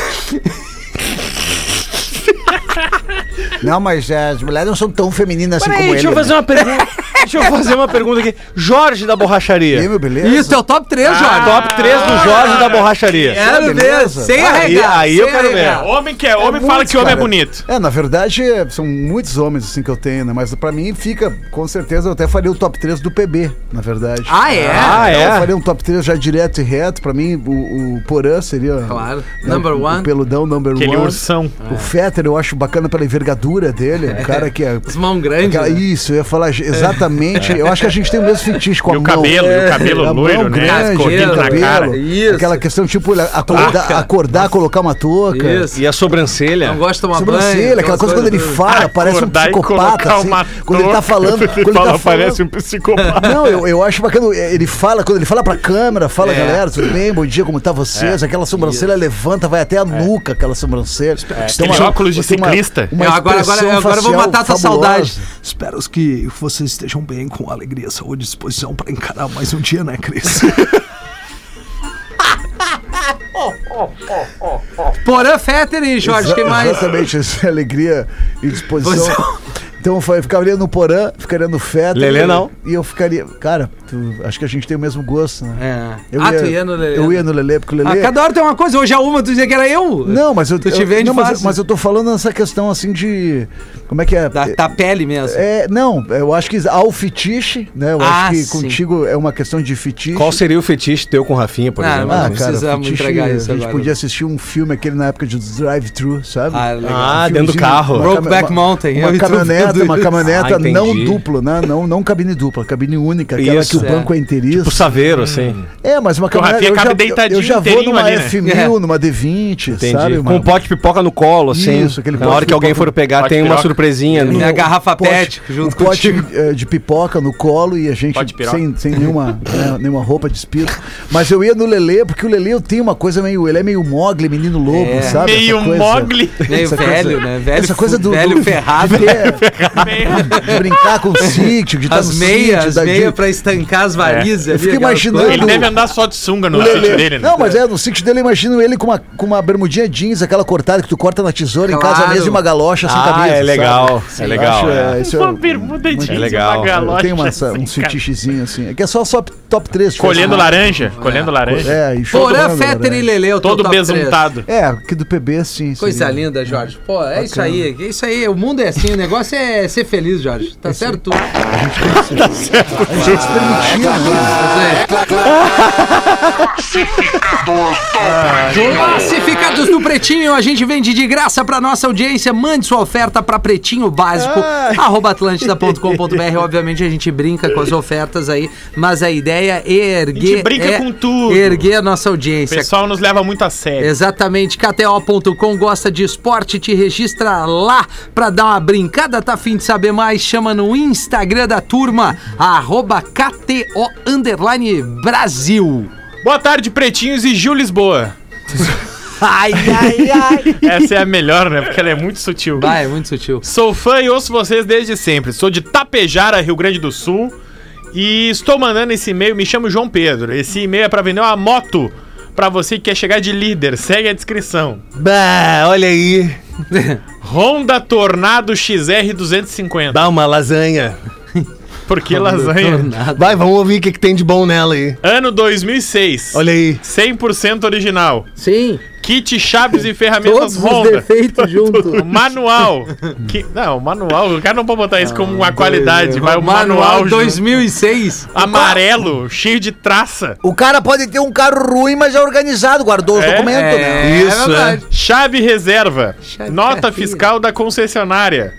[SPEAKER 4] Não, mas é, as mulheres não são tão femininas assim
[SPEAKER 6] Peraí,
[SPEAKER 4] como
[SPEAKER 6] deixa
[SPEAKER 4] ele.
[SPEAKER 6] eu fazer
[SPEAKER 4] né?
[SPEAKER 6] uma
[SPEAKER 1] é
[SPEAKER 6] pergunta. deixha eu fazer uma pergunta aqui. Jorge
[SPEAKER 5] E
[SPEAKER 6] da
[SPEAKER 5] aí,
[SPEAKER 3] um-
[SPEAKER 6] borracharia.
[SPEAKER 5] meu, beleza?
[SPEAKER 1] Isso, é o top 3, Jorge.
[SPEAKER 3] Ah,
[SPEAKER 6] Top 3 do Jorge
[SPEAKER 1] Ah.
[SPEAKER 6] da borracharia.
[SPEAKER 1] Quero ver,
[SPEAKER 5] beleza.
[SPEAKER 1] sem arregar.
[SPEAKER 6] aí eu
[SPEAKER 1] sem
[SPEAKER 6] quero ver.
[SPEAKER 1] arregar.
[SPEAKER 3] Homem que é, homem fala
[SPEAKER 5] muitos,
[SPEAKER 3] que homem é
[SPEAKER 5] cara.
[SPEAKER 3] bonito.
[SPEAKER 5] É, na verdade, é, são muitos homens assim que eu tenho, né? Mas pra mim fica, com certeza, eu até faria o top 3 do PB, na verdade.
[SPEAKER 1] Ah, é?
[SPEAKER 6] Ah,
[SPEAKER 5] Então, Eu
[SPEAKER 6] é?
[SPEAKER 5] faria um top 3 já direto e reto. Pra mim, o, o Porã seria.
[SPEAKER 1] Claro.
[SPEAKER 5] né,
[SPEAKER 4] é,
[SPEAKER 1] Number
[SPEAKER 5] o-
[SPEAKER 1] one.
[SPEAKER 5] O peludão, number
[SPEAKER 3] Aquele
[SPEAKER 5] one.
[SPEAKER 3] é ursão.
[SPEAKER 5] O Fetter eu acho bacana pela
[SPEAKER 4] envergadura dele, o cara que é.
[SPEAKER 1] As mãos grandes,
[SPEAKER 4] aquela-
[SPEAKER 1] né?
[SPEAKER 4] isso, eu ia falar exatamente. Eu acho que a gente tem o mesmo fetiche com a
[SPEAKER 3] E o
[SPEAKER 4] mão. É,
[SPEAKER 3] cabelo, e o cabelo
[SPEAKER 4] a mão
[SPEAKER 3] loiro, né?
[SPEAKER 4] grande,
[SPEAKER 3] Escorrido
[SPEAKER 4] aquele
[SPEAKER 3] na
[SPEAKER 4] cabelo,
[SPEAKER 3] cara.
[SPEAKER 1] Isso.
[SPEAKER 4] Aquela questão, tipo, ele acordar, acordar colocar uma touca.
[SPEAKER 1] Isso.
[SPEAKER 9] E a sobrancelha?
[SPEAKER 1] Não gosta de tomar banho.
[SPEAKER 4] Sobrancelha, aquela
[SPEAKER 1] aquelas
[SPEAKER 4] coisa quando ele
[SPEAKER 1] coisas-
[SPEAKER 4] fala, parece um
[SPEAKER 3] Acordar e
[SPEAKER 4] psicopata.
[SPEAKER 3] colocar
[SPEAKER 4] assim.
[SPEAKER 3] uma
[SPEAKER 4] quando ele tá
[SPEAKER 3] touca,
[SPEAKER 4] falando.
[SPEAKER 3] ele
[SPEAKER 4] Quando ele
[SPEAKER 3] fala,
[SPEAKER 4] tá
[SPEAKER 3] parece
[SPEAKER 4] falando.
[SPEAKER 3] um psicopata.
[SPEAKER 4] Não, eu, eu acho bacana. é, Ele fala, quando ele fala pra câmera, fala,
[SPEAKER 1] É.
[SPEAKER 4] galera, tudo bem, bom dia, como tá vocês? Aquela sobrancelha levanta, vai
[SPEAKER 1] É.
[SPEAKER 4] até a nuca, aquela sobrancelha. Então,
[SPEAKER 3] Aquele óculos de
[SPEAKER 4] você tem
[SPEAKER 3] ciclista.
[SPEAKER 1] Eu agora- agora-
[SPEAKER 4] expressão
[SPEAKER 1] agora eu vou
[SPEAKER 4] facial
[SPEAKER 1] matar essa
[SPEAKER 4] fabulosa.
[SPEAKER 1] saudade.
[SPEAKER 2] Espero que vocês estejam bem, com alegria, saúde e disposição pra encarar mais um dia, né, Cris?
[SPEAKER 1] Porã Fetter e Jorge, quem mais? é.
[SPEAKER 4] Exatamente, essa é alegria e disposição. Então foi, eu ficaria no Porã, ficaria no Feta.
[SPEAKER 9] Lelê, não.
[SPEAKER 4] E eu ficaria. Cara, tu- acho que a gente tem o mesmo gosto, né?
[SPEAKER 1] É.
[SPEAKER 4] Eu
[SPEAKER 1] ah, tu ia no Lelê.
[SPEAKER 4] Eu ia no Lelê, porque o
[SPEAKER 1] Ah,
[SPEAKER 4] Lelê.
[SPEAKER 1] cada hora tem uma coisa, hoje é uma, tu dizia que era eu.
[SPEAKER 4] Não, mas eu,
[SPEAKER 1] Tu te
[SPEAKER 4] eu-
[SPEAKER 1] vende
[SPEAKER 4] não, mas,
[SPEAKER 1] fácil.
[SPEAKER 4] mas eu tô falando nessa questão assim de. Como é que é?
[SPEAKER 1] Da, da pele mesmo.
[SPEAKER 4] É, não, eu acho que há o fetiche, né? Eu
[SPEAKER 1] Ah,
[SPEAKER 4] acho que
[SPEAKER 1] sim.
[SPEAKER 4] contigo é uma questão de fetiche.
[SPEAKER 9] Qual seria o fetiche teu com o Rafinha, por
[SPEAKER 1] Ah,
[SPEAKER 9] exemplo?
[SPEAKER 1] mas-
[SPEAKER 4] ah,
[SPEAKER 6] Assim?
[SPEAKER 1] Não
[SPEAKER 4] cara,
[SPEAKER 1] precisamos
[SPEAKER 4] fetiche,
[SPEAKER 1] entregar
[SPEAKER 4] a
[SPEAKER 1] isso
[SPEAKER 4] gente
[SPEAKER 1] agora.
[SPEAKER 4] podia assistir um filme, aquele na época de drive-thru, sabe?
[SPEAKER 1] Ah, legal.
[SPEAKER 9] Ah,
[SPEAKER 4] Um
[SPEAKER 9] dentro do
[SPEAKER 4] filmezinho,
[SPEAKER 9] carro.
[SPEAKER 4] uma
[SPEAKER 1] Brokeback
[SPEAKER 4] cama-
[SPEAKER 1] Mountain, eu
[SPEAKER 4] Uma
[SPEAKER 1] e tu
[SPEAKER 4] caminhoneta,
[SPEAKER 1] vendo
[SPEAKER 4] uma
[SPEAKER 1] isso.
[SPEAKER 4] caminhoneta
[SPEAKER 9] Ah, entendi.
[SPEAKER 4] não dupla, né? Não, não cabine dupla, cabine única, aquela
[SPEAKER 9] Isso,
[SPEAKER 4] que o
[SPEAKER 1] é.
[SPEAKER 4] banco é inteiriço.
[SPEAKER 9] Tipo saveiro,
[SPEAKER 6] Hum.
[SPEAKER 9] assim.
[SPEAKER 4] é, mas uma
[SPEAKER 3] o Rafinha
[SPEAKER 4] Eu
[SPEAKER 3] cabe
[SPEAKER 4] já,
[SPEAKER 3] deitadinho
[SPEAKER 4] eu já vou
[SPEAKER 3] inteirinho
[SPEAKER 4] numa
[SPEAKER 3] ali, né?
[SPEAKER 4] F1000,
[SPEAKER 1] É.
[SPEAKER 4] numa D20,
[SPEAKER 9] Entendi.
[SPEAKER 4] sabe?
[SPEAKER 9] Com um pote de pipoca no colo, assim.
[SPEAKER 4] Isso, aquele
[SPEAKER 9] Na
[SPEAKER 4] pote
[SPEAKER 9] hora
[SPEAKER 4] de
[SPEAKER 9] que alguém
[SPEAKER 4] pipoca.
[SPEAKER 9] for pegar,
[SPEAKER 3] Pote
[SPEAKER 9] tem
[SPEAKER 3] de
[SPEAKER 9] uma
[SPEAKER 3] piroca.
[SPEAKER 9] surpresinha né? ali.
[SPEAKER 1] Minha garrafa
[SPEAKER 4] pote,
[SPEAKER 1] pet junto
[SPEAKER 4] um pote
[SPEAKER 1] contigo.
[SPEAKER 4] eh, de pipoca no colo e a gente
[SPEAKER 3] Pote de piroca.
[SPEAKER 4] sem, sem nenhuma, né, nenhuma roupa de espírito. Mas eu ia no Lelê, porque o Lelê eu tenho uma coisa meio. Ele é meio mogli, menino lobo,
[SPEAKER 1] É.
[SPEAKER 4] sabe? Essa
[SPEAKER 3] Meio
[SPEAKER 4] coisa-
[SPEAKER 3] mogli.
[SPEAKER 1] Meio
[SPEAKER 4] essa
[SPEAKER 1] velho,
[SPEAKER 4] coisa-
[SPEAKER 1] né? Velho,
[SPEAKER 4] essa coisa
[SPEAKER 1] fu-
[SPEAKER 4] do-
[SPEAKER 1] velho
[SPEAKER 4] do-
[SPEAKER 1] ferrado.
[SPEAKER 4] De brincar com o sítio, de estar
[SPEAKER 1] As
[SPEAKER 4] no
[SPEAKER 1] meias,
[SPEAKER 4] sítio,
[SPEAKER 1] as
[SPEAKER 4] tá da- de-
[SPEAKER 1] meias pra estancar as varizes.
[SPEAKER 4] eu
[SPEAKER 1] ali,
[SPEAKER 4] fico
[SPEAKER 1] aquelas
[SPEAKER 4] imaginando-
[SPEAKER 1] coisas.
[SPEAKER 3] Ele É. deve andar só de sunga no
[SPEAKER 4] O Lelê.
[SPEAKER 3] sítio dele, né?
[SPEAKER 4] Não, mas é, no sítio dele eu imagino ele com uma, com uma bermudinha jeans, aquela cortada que tu corta na tesoura em casa
[SPEAKER 1] Claro.
[SPEAKER 4] mesmo e uma galocha sem
[SPEAKER 9] Ah,
[SPEAKER 4] camisa.
[SPEAKER 9] é
[SPEAKER 4] sabe?
[SPEAKER 9] legal, é legal,
[SPEAKER 4] acho,
[SPEAKER 9] é.
[SPEAKER 4] é, isso
[SPEAKER 3] Uma
[SPEAKER 4] eu-
[SPEAKER 3] bermuda jeans,
[SPEAKER 9] é legal.
[SPEAKER 3] uma
[SPEAKER 4] Eu
[SPEAKER 3] galocha.
[SPEAKER 4] tenho uma, essa-
[SPEAKER 3] assim,
[SPEAKER 4] uns
[SPEAKER 3] cara.
[SPEAKER 4] fetichezinhos assim. É que é só só top 3.
[SPEAKER 3] Colhendo laranja, colhendo laranja.
[SPEAKER 4] É, e
[SPEAKER 1] Porã,
[SPEAKER 4] chorando,
[SPEAKER 1] Fetter
[SPEAKER 4] né?
[SPEAKER 1] e Lelê, o teu
[SPEAKER 3] Todo
[SPEAKER 1] top três.
[SPEAKER 3] besuntado.
[SPEAKER 4] É, que do PB, sim.
[SPEAKER 1] Coisa
[SPEAKER 4] seria.
[SPEAKER 1] linda, Jorge. Pô, é isso aí, é isso aí. O mundo é assim, o negócio é ser feliz, Jorge. Tá certo?
[SPEAKER 4] Permitia, é né?
[SPEAKER 1] É.
[SPEAKER 3] É,
[SPEAKER 1] Ah, Classificados do Pretinho, a gente vende de graça pra nossa audiência. Mande sua oferta pra pretinho básico,
[SPEAKER 3] Ah.
[SPEAKER 1] arroba atlântida.com.br. Obviamente a gente brinca com as ofertas aí, mas a ideia é erguer.
[SPEAKER 3] gente brinca
[SPEAKER 1] é
[SPEAKER 3] com tudo.
[SPEAKER 1] Erguer a nossa
[SPEAKER 3] O
[SPEAKER 1] audiência.
[SPEAKER 3] pessoal nos leva muito a sério.
[SPEAKER 1] É Exatamente, KTO.com gosta de esporte, te registra lá pra dar uma brincada, tá afim de saber mais? Chama no Instagram da turma, arroba KTO Underline Brasil.
[SPEAKER 3] Boa tarde, pretinhos e Gil Lisboa.
[SPEAKER 1] Ai, ai, ai.
[SPEAKER 3] Essa é a melhor, né? Porque ela é muito sutil.
[SPEAKER 1] Vai, é muito sutil.
[SPEAKER 3] Sou fã e ouço vocês desde sempre. Sou de Tapejara, Rio Grande do Sul. E estou mandando esse e-mail, me chamo João Pedro. Esse e-mail é pra vender uma moto pra você que quer chegar de líder. Segue a descrição.
[SPEAKER 9] Bah, olha aí.
[SPEAKER 3] Honda Tornado XR250.
[SPEAKER 9] Dá uma lasanha.
[SPEAKER 3] Porque lasanha.
[SPEAKER 9] Vai, vamos ouvir o que, que tem de bom nela aí.
[SPEAKER 3] Ano 2006.
[SPEAKER 9] Olha aí.
[SPEAKER 3] 100% original.
[SPEAKER 1] Sim,
[SPEAKER 3] Kit chaves e ferramentas
[SPEAKER 1] todos os
[SPEAKER 3] Honda.
[SPEAKER 1] defeitos juntos.
[SPEAKER 3] O manual. Que, não, o manual. O cara não pode botar isso como uma qualidade. Vai o manual,
[SPEAKER 1] Manual 2006.
[SPEAKER 3] junto. amarelo, cheio de traça.
[SPEAKER 10] O cara pode ter um carro ruim, mas é organizado, guardou os
[SPEAKER 3] É?
[SPEAKER 10] documentos, né?
[SPEAKER 9] Isso,
[SPEAKER 1] verdade.
[SPEAKER 3] Chave reserva.
[SPEAKER 1] Chave
[SPEAKER 3] nota
[SPEAKER 1] certinha.
[SPEAKER 3] fiscal da concessionária.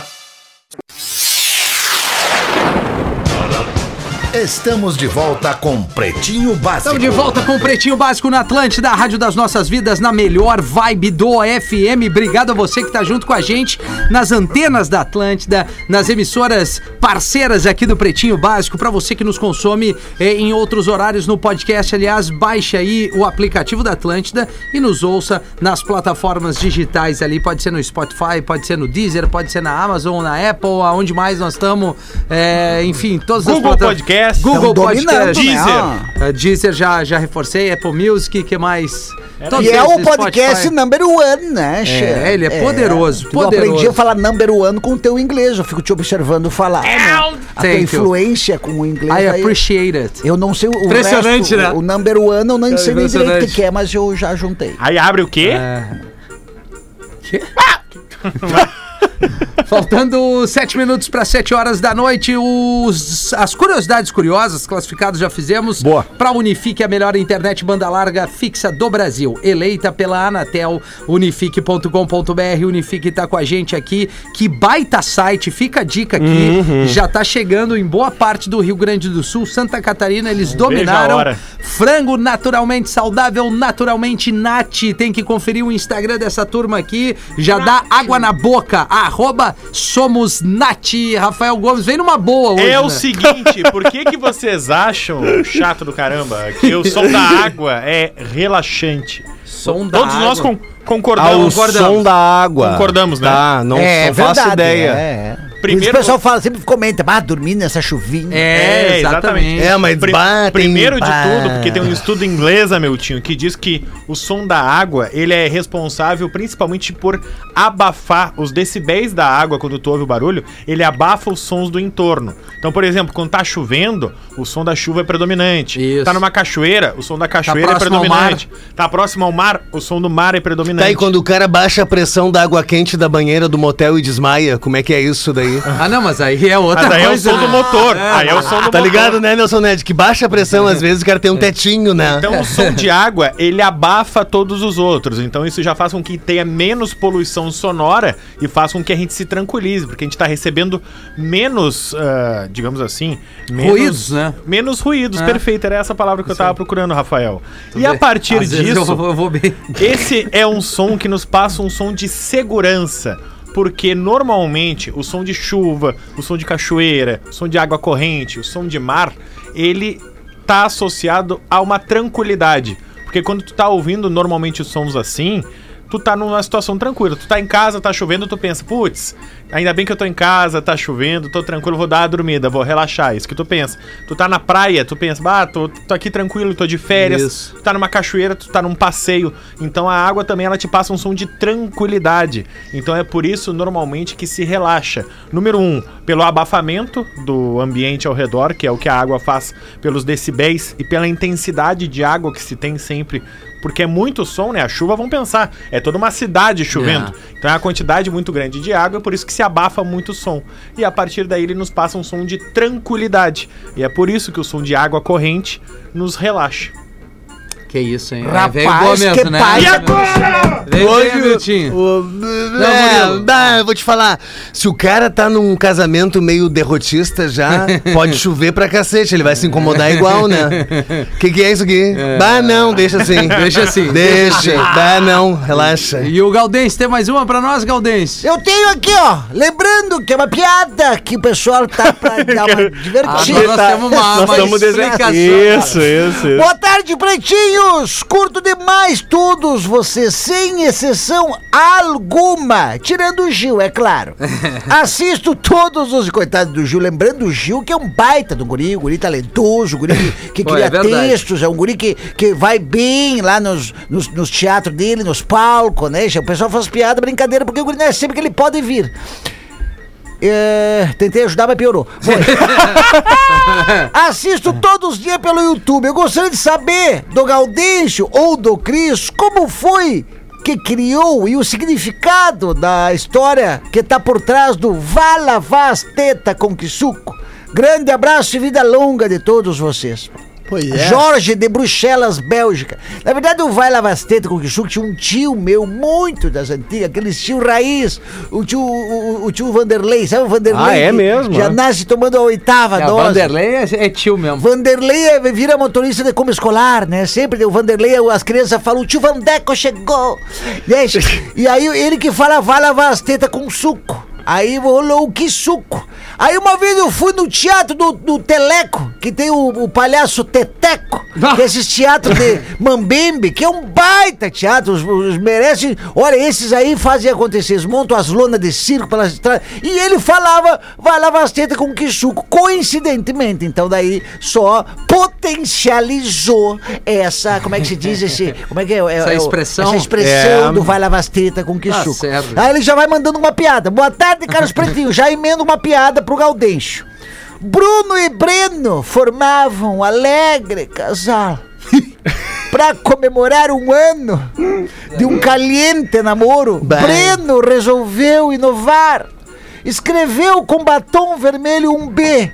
[SPEAKER 11] Estamos de volta com Pretinho Básico.
[SPEAKER 1] Estamos de volta com o Pretinho Básico na Atlântida, a Rádio das Nossas Vidas, na melhor vibe do FM. Obrigado a você que está junto com a gente nas antenas da Atlântida, nas emissoras parceiras aqui do Pretinho Básico, para você que nos consome eh, em outros horários no podcast. Aliás, baixe aí o aplicativo da Atlântida e nos ouça nas plataformas digitais ali. Pode ser no Spotify, pode ser no Deezer, pode ser na Amazon, na Apple, aonde mais nós estamos. eh, enfim, todas as
[SPEAKER 3] Google
[SPEAKER 1] plata-
[SPEAKER 3] Podcast.
[SPEAKER 1] Google
[SPEAKER 4] Tamo dominando,
[SPEAKER 1] Podcast.
[SPEAKER 4] né?
[SPEAKER 3] Deezer.
[SPEAKER 1] A Deezer já, já reforcei, Apple Music, que mais? Todos
[SPEAKER 4] E é
[SPEAKER 1] esses
[SPEAKER 4] o podcast
[SPEAKER 1] Spotify.
[SPEAKER 4] number one, né, Che?
[SPEAKER 1] É, ele é poderoso,
[SPEAKER 4] Eu aprendi
[SPEAKER 1] poderoso.
[SPEAKER 4] a falar number one com o teu inglês, eu fico te observando falar. Né? A tua
[SPEAKER 1] É, Thank you.
[SPEAKER 4] influência com o inglês.
[SPEAKER 1] I
[SPEAKER 4] aí-
[SPEAKER 1] appreciate it.
[SPEAKER 4] Eu não sei o
[SPEAKER 1] Impressionante,
[SPEAKER 4] resto,
[SPEAKER 1] né?
[SPEAKER 4] O number one eu não sei nem direito o
[SPEAKER 1] impressionante.
[SPEAKER 4] que que é, mas eu já juntei.
[SPEAKER 3] Aí abre o quê?
[SPEAKER 2] É.
[SPEAKER 1] Faltando sete minutos para sete horas da noite, os, as curiosidades curiosas classificadas já fizemos.
[SPEAKER 2] Boa.
[SPEAKER 1] Para Unifique, a melhor internet banda larga fixa do Brasil. Eleita pela Anatel, unifique.com.br. Unifique tá com a gente aqui. Que baita site, fica a dica aqui.
[SPEAKER 3] Uhum.
[SPEAKER 1] Já tá chegando em boa parte do Rio Grande do Sul, Santa Catarina. Eles
[SPEAKER 3] vejo a
[SPEAKER 1] dominaram.
[SPEAKER 3] hora.
[SPEAKER 1] Frango naturalmente saudável, naturalmente nati. Tem que conferir o Instagram dessa turma aqui. Já dá água na boca. Arroba somos nati. Rafael Gomes, vem numa boa hoje.
[SPEAKER 3] É o
[SPEAKER 1] né?
[SPEAKER 3] seguinte, por que, que vocês acham, chato do caramba, que o som da água é relaxante?
[SPEAKER 1] som da
[SPEAKER 3] Todos nós
[SPEAKER 1] água.
[SPEAKER 3] con- concordamos.
[SPEAKER 2] Ao som da água.
[SPEAKER 3] Concordamos, né?
[SPEAKER 2] Tá, não,
[SPEAKER 6] É,
[SPEAKER 2] não faço ideia.
[SPEAKER 4] É, é.
[SPEAKER 3] Primeiro-
[SPEAKER 4] Primeiro... O pessoal fala, sempre comenta, ah, dormir nessa chuvinha.
[SPEAKER 1] É, exatamente.
[SPEAKER 6] É, mas
[SPEAKER 3] Pri-
[SPEAKER 6] batem-
[SPEAKER 3] primeiro de
[SPEAKER 6] bah.
[SPEAKER 3] tudo, porque tem um estudo inglês, Amiltinho, que diz que o som da água, ele é responsável principalmente por abafar os decibéis da água quando tu ouve o barulho, ele abafa os sons do entorno. Então, por exemplo, quando tá chovendo, o som da chuva é predominante.
[SPEAKER 1] Isso. Tá
[SPEAKER 3] Tá numa cachoeira, o som da cachoeira é
[SPEAKER 1] próximo ao mar.
[SPEAKER 3] predominante. Tá próximo ao mar, o som do mar é predominante.
[SPEAKER 6] Tá, e quando o cara baixa a pressão da água quente da banheira do motel e desmaia, como é que é isso daí?
[SPEAKER 1] Ah, não, mas aí é outra
[SPEAKER 3] Mas aí é o
[SPEAKER 1] coisa.
[SPEAKER 3] som do
[SPEAKER 1] né?
[SPEAKER 3] motor. aí
[SPEAKER 2] Ah,
[SPEAKER 3] é o som do
[SPEAKER 6] Tá
[SPEAKER 3] motor.
[SPEAKER 6] ligado, né, Nelson Ned? Que baixa a pressão, às vezes o cara tem um tetinho, né?
[SPEAKER 3] Então o som de água, ele abafa todos os outros. Então isso já faz com que tenha menos poluição sonora e faz com que a gente se tranquilize, porque a gente tá recebendo menos, ah, digamos assim, menos,
[SPEAKER 1] Ruídos, né?
[SPEAKER 3] Menos ruídos, perfeito. Era essa a palavra que eu tava procurando, Rafael. e a partir
[SPEAKER 1] Às vezes Eu
[SPEAKER 3] disso,
[SPEAKER 1] vou, eu vou bem.
[SPEAKER 3] esse é um som que nos passa um som de segurança. Porque normalmente o som de chuva, o som de cachoeira, o som de água corrente, o som de mar, ele tá associado a uma tranquilidade. Porque quando tu tá ouvindo normalmente os sons assim, tu tá numa situação tranquila. Tu tá em casa, tá chovendo, tu pensa, putz, ainda bem que eu tô em casa, tá chovendo, tô tranquilo, vou dar a dormida, vou relaxar. Isso que tu pensa. Tu tá na praia, tu pensa, bah, tô, tô aqui tranquilo, tô de férias,
[SPEAKER 1] Isso.
[SPEAKER 3] tu tá numa cachoeira, tu tá num passeio. Então a água também ela te passa um som de tranquilidade. Então é por isso normalmente que se relaxa. Número um, pelo abafamento do ambiente ao redor, que é o que a água faz pelos decibéis e pela intensidade de água que se tem sempre. Porque é muito som, né? A chuva, vamos pensar, é toda uma cidade chovendo. Então é uma quantidade muito grande de água, por isso que se abafa muito o som. E a partir daí ele nos passa um som de tranquilidade. E é por isso que o som de água corrente nos relaxa.
[SPEAKER 1] Que isso, hein?
[SPEAKER 8] Rapaz,
[SPEAKER 1] Veio o
[SPEAKER 8] que
[SPEAKER 1] momento, né?
[SPEAKER 8] pai-
[SPEAKER 1] Veio
[SPEAKER 8] E
[SPEAKER 1] o momento. Veio bem, Miltinho.
[SPEAKER 2] O, é,
[SPEAKER 1] Murilo.
[SPEAKER 2] dá, eu vou te falar. Se o cara tá num casamento meio derrotista já, pode chover pra cacete. Ele vai se incomodar igual, né? Que que é isso aqui? Bah, não, deixa assim.
[SPEAKER 1] Deixa assim,
[SPEAKER 2] Deixa. Bah, não, relaxa.
[SPEAKER 1] E o Galdense tem mais uma pra nós, Galdense?
[SPEAKER 8] Eu tenho aqui, ó, lembrando que é uma piada que o pessoal tá pra dar uma
[SPEAKER 1] Agora
[SPEAKER 8] divertida.
[SPEAKER 1] Ah, nós temos uma,
[SPEAKER 3] Nós
[SPEAKER 1] uma
[SPEAKER 3] estamos desenhando.
[SPEAKER 1] explicação.
[SPEAKER 3] Isso, isso, isso.
[SPEAKER 8] Boa tarde, pretinhos! Curto demais todos vocês, sem exceção alguma. Tirando o Gil, é claro. Assisto todos os coitados do Gil, lembrando o Gil que é um baita do guri, um guri talentoso, um guri que, que
[SPEAKER 1] Pô,
[SPEAKER 8] cria
[SPEAKER 1] é verdade.
[SPEAKER 8] textos, é um guri que, que vai bem lá nos, nos, nos teatros dele, nos palcos, né? O pessoal faz piada, brincadeira, porque o guri não é sempre que ele pode vir. É, tentei ajudar, mas piorou. Foi. Assisto todos os dias pelo YouTube. Eu gostaria de saber do Gaudêncio ou do Cris como foi que criou e o significado da história que tá por trás do Vala Vaz Teta com Kisuko. Grande abraço e vida longa de todos vocês.
[SPEAKER 12] Pois
[SPEAKER 4] É.
[SPEAKER 3] é.
[SPEAKER 8] Jorge de Bruxelas, Bélgica. Na verdade, o Vai Lavasteta com o Kisuke tinha um tio meu, muito das antigas, aquele tio raiz, o tio, o, o- o tio Vanderlei, sabe o Vanderlei?
[SPEAKER 4] Ah, é
[SPEAKER 8] que
[SPEAKER 4] mesmo,
[SPEAKER 8] Já
[SPEAKER 4] é.
[SPEAKER 8] nasce tomando a oitava
[SPEAKER 1] É, o
[SPEAKER 8] dose.
[SPEAKER 1] Vanderlei é, é tio mesmo.
[SPEAKER 8] Vanderlei é- vira motorista de como escolar, né? Sempre o Vanderlei, as crianças falam, o tio Vandeco chegou. Né? E aí ele que fala, vai lavar as tetas com suco. Aí rolou que suco. Aí uma vez eu fui no teatro do, do Teleco, que tem o, o palhaço Teteco, que é esses teatros de Mambembe, que é um baita teatro, os, os merecem. Olha, esses aí fazem acontecer, eles montam as lonas de circo pelas estradas. E ele falava, vai lavar as tetas com que suco. Coincidentemente, então daí só potencializou essa, como é que se diz esse, como é que é? É,
[SPEAKER 1] Essa
[SPEAKER 8] é o-
[SPEAKER 1] expressão?
[SPEAKER 8] Essa expressão
[SPEAKER 3] É.
[SPEAKER 8] do vai lavar as tetas com que
[SPEAKER 1] Tá
[SPEAKER 8] suco.
[SPEAKER 1] certo.
[SPEAKER 8] Aí ele já vai mandando uma piada. Boa tarde, Carlos Pretinho. Já emenda uma piada pro Gaudêncio. Bruno e Breno formavam um alegre casal para comemorar um ano de um caliente namoro. Breno resolveu inovar. Escreveu com batom vermelho um B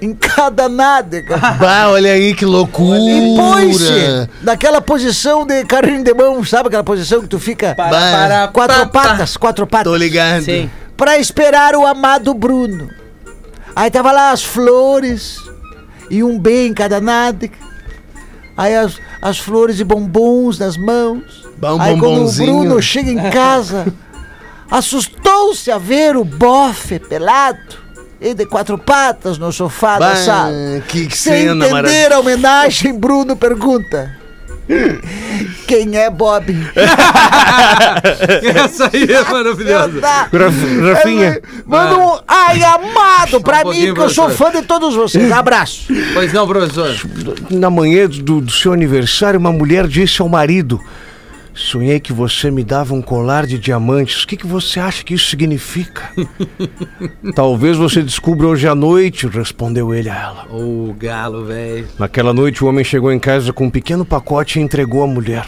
[SPEAKER 8] em cada nádega.
[SPEAKER 2] Bah, olha aí que loucura.
[SPEAKER 8] E pôs-se naquela posição de carrinho de mão, sabe aquela posição que tu fica.
[SPEAKER 2] Bah,
[SPEAKER 8] Quatro patas, quatro patas.
[SPEAKER 2] tô ligado.
[SPEAKER 1] Sim.
[SPEAKER 8] Pra esperar o amado Bruno. Aí tava lá as flores e um bem em cada nádega. Aí as, as flores e bombons nas mãos.
[SPEAKER 2] Bah, um
[SPEAKER 8] Aí quando o
[SPEAKER 2] bombonzinho.
[SPEAKER 8] Bruno chega em casa, assustou-se a ver o bofe pelado e de quatro patas no sofá
[SPEAKER 2] Bah,
[SPEAKER 8] da sala.
[SPEAKER 2] que
[SPEAKER 8] Sem
[SPEAKER 2] cena maravilhosa.
[SPEAKER 8] entender a homenagem, Bruno pergunta: Quem é Bob?
[SPEAKER 1] Essa aí é maravilhosa.
[SPEAKER 3] Rafinha.
[SPEAKER 2] Ah,
[SPEAKER 8] Manda um ai amado pra mim,
[SPEAKER 1] Um pouquinho,
[SPEAKER 8] que eu sou fã de todos vocês. Abraço.
[SPEAKER 1] Pois não, professor.
[SPEAKER 2] Na manhã do, do seu aniversário, uma mulher disse ao marido: Sonhei que você me dava um colar de diamantes. O que, que você acha que isso significa? Talvez você descubra hoje à noite, respondeu ele a ela.
[SPEAKER 1] Ô, galo, velho.
[SPEAKER 2] Naquela noite, o homem chegou em casa com um pequeno pacote e entregou à mulher.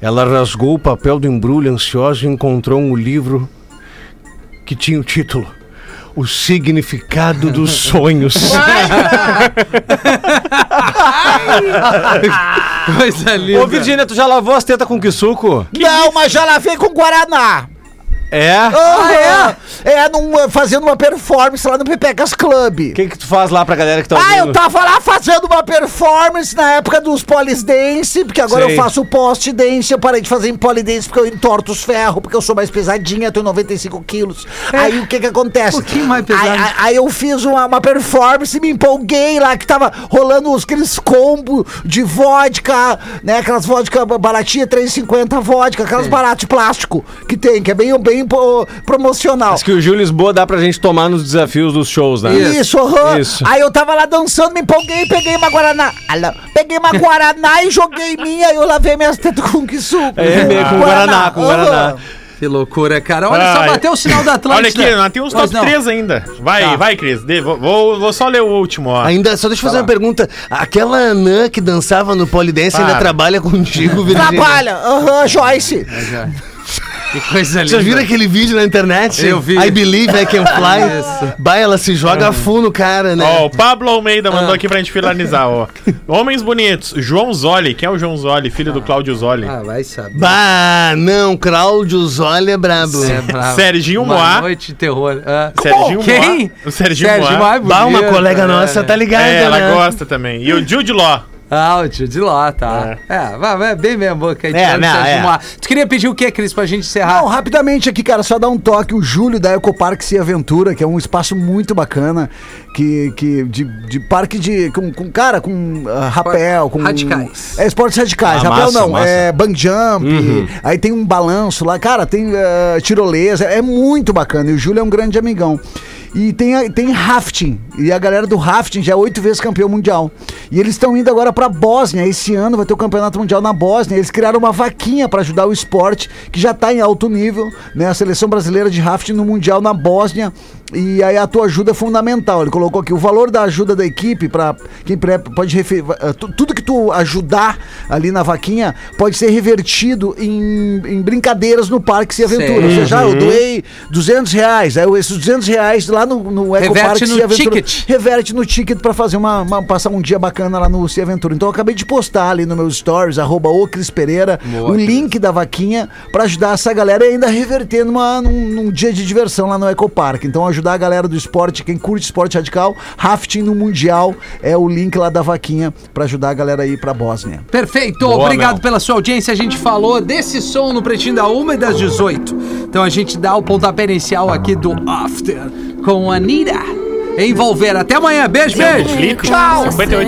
[SPEAKER 2] Ela rasgou o papel do embrulho ansiosa e encontrou um livro que tinha o título O Significado dos Sonhos.
[SPEAKER 1] Coisa linda.
[SPEAKER 4] Ô, Virgínia, tu já lavou as tetas com que suco?
[SPEAKER 8] Não, mas já lavei com Guaraná.
[SPEAKER 4] É? O
[SPEAKER 8] Ah, é? É, num- fazendo uma performance lá no Pepecas Club.
[SPEAKER 4] que que tu faz lá pra galera que tá
[SPEAKER 8] Ah, eu
[SPEAKER 4] ouvindo?
[SPEAKER 8] tava lá fazendo uma performance na época dos polidense, porque agora
[SPEAKER 4] Sei.
[SPEAKER 8] eu faço post dance, eu parei de fazer em polidense porque eu entorto os ferros, porque eu sou mais pesadinha, eu tenho 95 quilos. Aí o que que acontece?
[SPEAKER 1] É. Um pouquinho mais pesado.
[SPEAKER 8] Aí, aí- aí eu fiz uma, uma performance, me empolguei lá, que tava rolando os, aqueles combos de vodka, né, aquelas vodka baratinha, 3,50 vodka, aquelas baratas de plástico que tem, que é bem, bem pô, promocional.
[SPEAKER 4] As que o Gil Lisboa dá pra gente tomar nos desafios dos shows, né?
[SPEAKER 8] Isso, aham.
[SPEAKER 4] Isso.
[SPEAKER 8] Aí eu tava lá dançando, me empolguei, peguei uma Guaraná. Alô, Peguei uma Guaraná e joguei minha, eu lavei minhas tetas com que suco.
[SPEAKER 4] É, meio com Guaraná, com
[SPEAKER 8] aham.
[SPEAKER 4] Guaraná.
[SPEAKER 1] Que loucura, cara. Olha só,
[SPEAKER 3] Ai.
[SPEAKER 1] bateu o sinal da
[SPEAKER 3] Olha
[SPEAKER 1] Atlântida.
[SPEAKER 3] aqui, nós temos
[SPEAKER 1] Pois
[SPEAKER 3] top
[SPEAKER 1] não.
[SPEAKER 3] 3 ainda. Vai,
[SPEAKER 1] Tá.
[SPEAKER 3] vai, Cris. Dê, vou- Vou, vou só ler o último, ó.
[SPEAKER 2] Ainda, só deixa eu fazer uma pergunta. Aquela Anã que
[SPEAKER 4] Ah.
[SPEAKER 2] dançava no Polidense ainda
[SPEAKER 3] Para.
[SPEAKER 2] trabalha contigo, Virgínia?
[SPEAKER 8] Trabalha, aham, Joyce.
[SPEAKER 1] é. Que coisa linda.
[SPEAKER 2] Vocês viram aquele vídeo na internet?
[SPEAKER 1] Eu vi.
[SPEAKER 2] I believe I can
[SPEAKER 1] Isso.
[SPEAKER 2] fly. Bah, ela se
[SPEAKER 4] Uhum.
[SPEAKER 2] joga full no cara, né?
[SPEAKER 3] Ó, o Pablo Almeida mandou
[SPEAKER 1] Ah.
[SPEAKER 3] aqui pra gente finalizar, ó. Homens bonitos. João Zoli. Quem é o João Zoli? Filho do Cláudio Zoli.
[SPEAKER 1] Ah, vai saber.
[SPEAKER 2] Bah, não, Cláudio Zoli é brabo.
[SPEAKER 1] É bravo.
[SPEAKER 3] Serginho
[SPEAKER 1] Uma
[SPEAKER 3] Moá.
[SPEAKER 1] noite de terror. Ah.
[SPEAKER 3] Serginho Moá.
[SPEAKER 1] Quem?
[SPEAKER 3] O Serginho Moá.
[SPEAKER 1] é
[SPEAKER 2] Bah, uma
[SPEAKER 1] bonito,
[SPEAKER 2] colega
[SPEAKER 1] né?
[SPEAKER 2] nossa tá ligada,
[SPEAKER 3] É, ela
[SPEAKER 2] né?
[SPEAKER 3] gosta também. E o Jude Law.
[SPEAKER 1] Ah, o tio de lá, tá. É, vai, vai bem minha boca.
[SPEAKER 2] É, não, é.
[SPEAKER 1] Tu queria pedir o quê, Cris, pra gente encerrar?
[SPEAKER 4] Não, rapidamente aqui, cara, só dá um toque. O Júlio da Eco Parque Se Aventura, que é um espaço muito bacana, que, que de, de parque de. com, com cara, com ah, rapel, com.
[SPEAKER 1] Radicais.
[SPEAKER 4] É, esportes radicais.
[SPEAKER 3] Ah,
[SPEAKER 4] rapel
[SPEAKER 3] massa,
[SPEAKER 4] não,
[SPEAKER 3] massa. Uhum.
[SPEAKER 4] é bang jump, aí tem um balanço lá, cara, tem ah, tirolesa, é muito bacana. E o Júlio é um grande amigão. E tem, a- tem rafting. E a galera do rafting já é oito vezes campeão mundial. E eles estão indo agora pra Bósnia. Esse ano vai ter o campeonato mundial na Bósnia. Eles criaram uma vaquinha pra ajudar o esporte, que já tá em alto nível, né? A seleção brasileira de rafting no mundial na Bósnia. E aí a tua ajuda é fundamental. Ele colocou aqui o valor da ajuda da equipe para quem pre- pode refer, eh, tu- tudo que tu ajudar ali na vaquinha pode ser revertido em, em brincadeiras no parque se aventura.
[SPEAKER 1] Sei.
[SPEAKER 4] Ou seja, ah, eu doei 200 reais, aí eu- esses 200 reais lá no, no Eco
[SPEAKER 1] Reverte
[SPEAKER 4] Parque
[SPEAKER 1] no
[SPEAKER 4] se aventura
[SPEAKER 1] ticket.
[SPEAKER 4] reverte no ticket pra fazer uma, uma- passar um dia bacana lá no Se Aventura. Então eu acabei de postar ali no meus stories arroba o Cris Pereira
[SPEAKER 1] Boa,
[SPEAKER 4] o
[SPEAKER 1] Cris.
[SPEAKER 4] link da vaquinha pra ajudar essa galera e ainda reverter numa, num, num dia de diversão lá no Ecopark. Então ajudar a galera do esporte, quem curte esporte radical, rafting no mundial é o link lá da vaquinha pra ajudar a galera a ir pra Bósnia.
[SPEAKER 1] Perfeito,
[SPEAKER 3] Boa,
[SPEAKER 1] obrigado
[SPEAKER 3] Mel.
[SPEAKER 1] pela sua audiência. A gente falou desse som no Pretinho da 1 e das 18. Então a gente dá o pontapé inicial aqui do After com Anira. Envolver. Até amanhã. Beijo, beijo.
[SPEAKER 3] Tchau. 58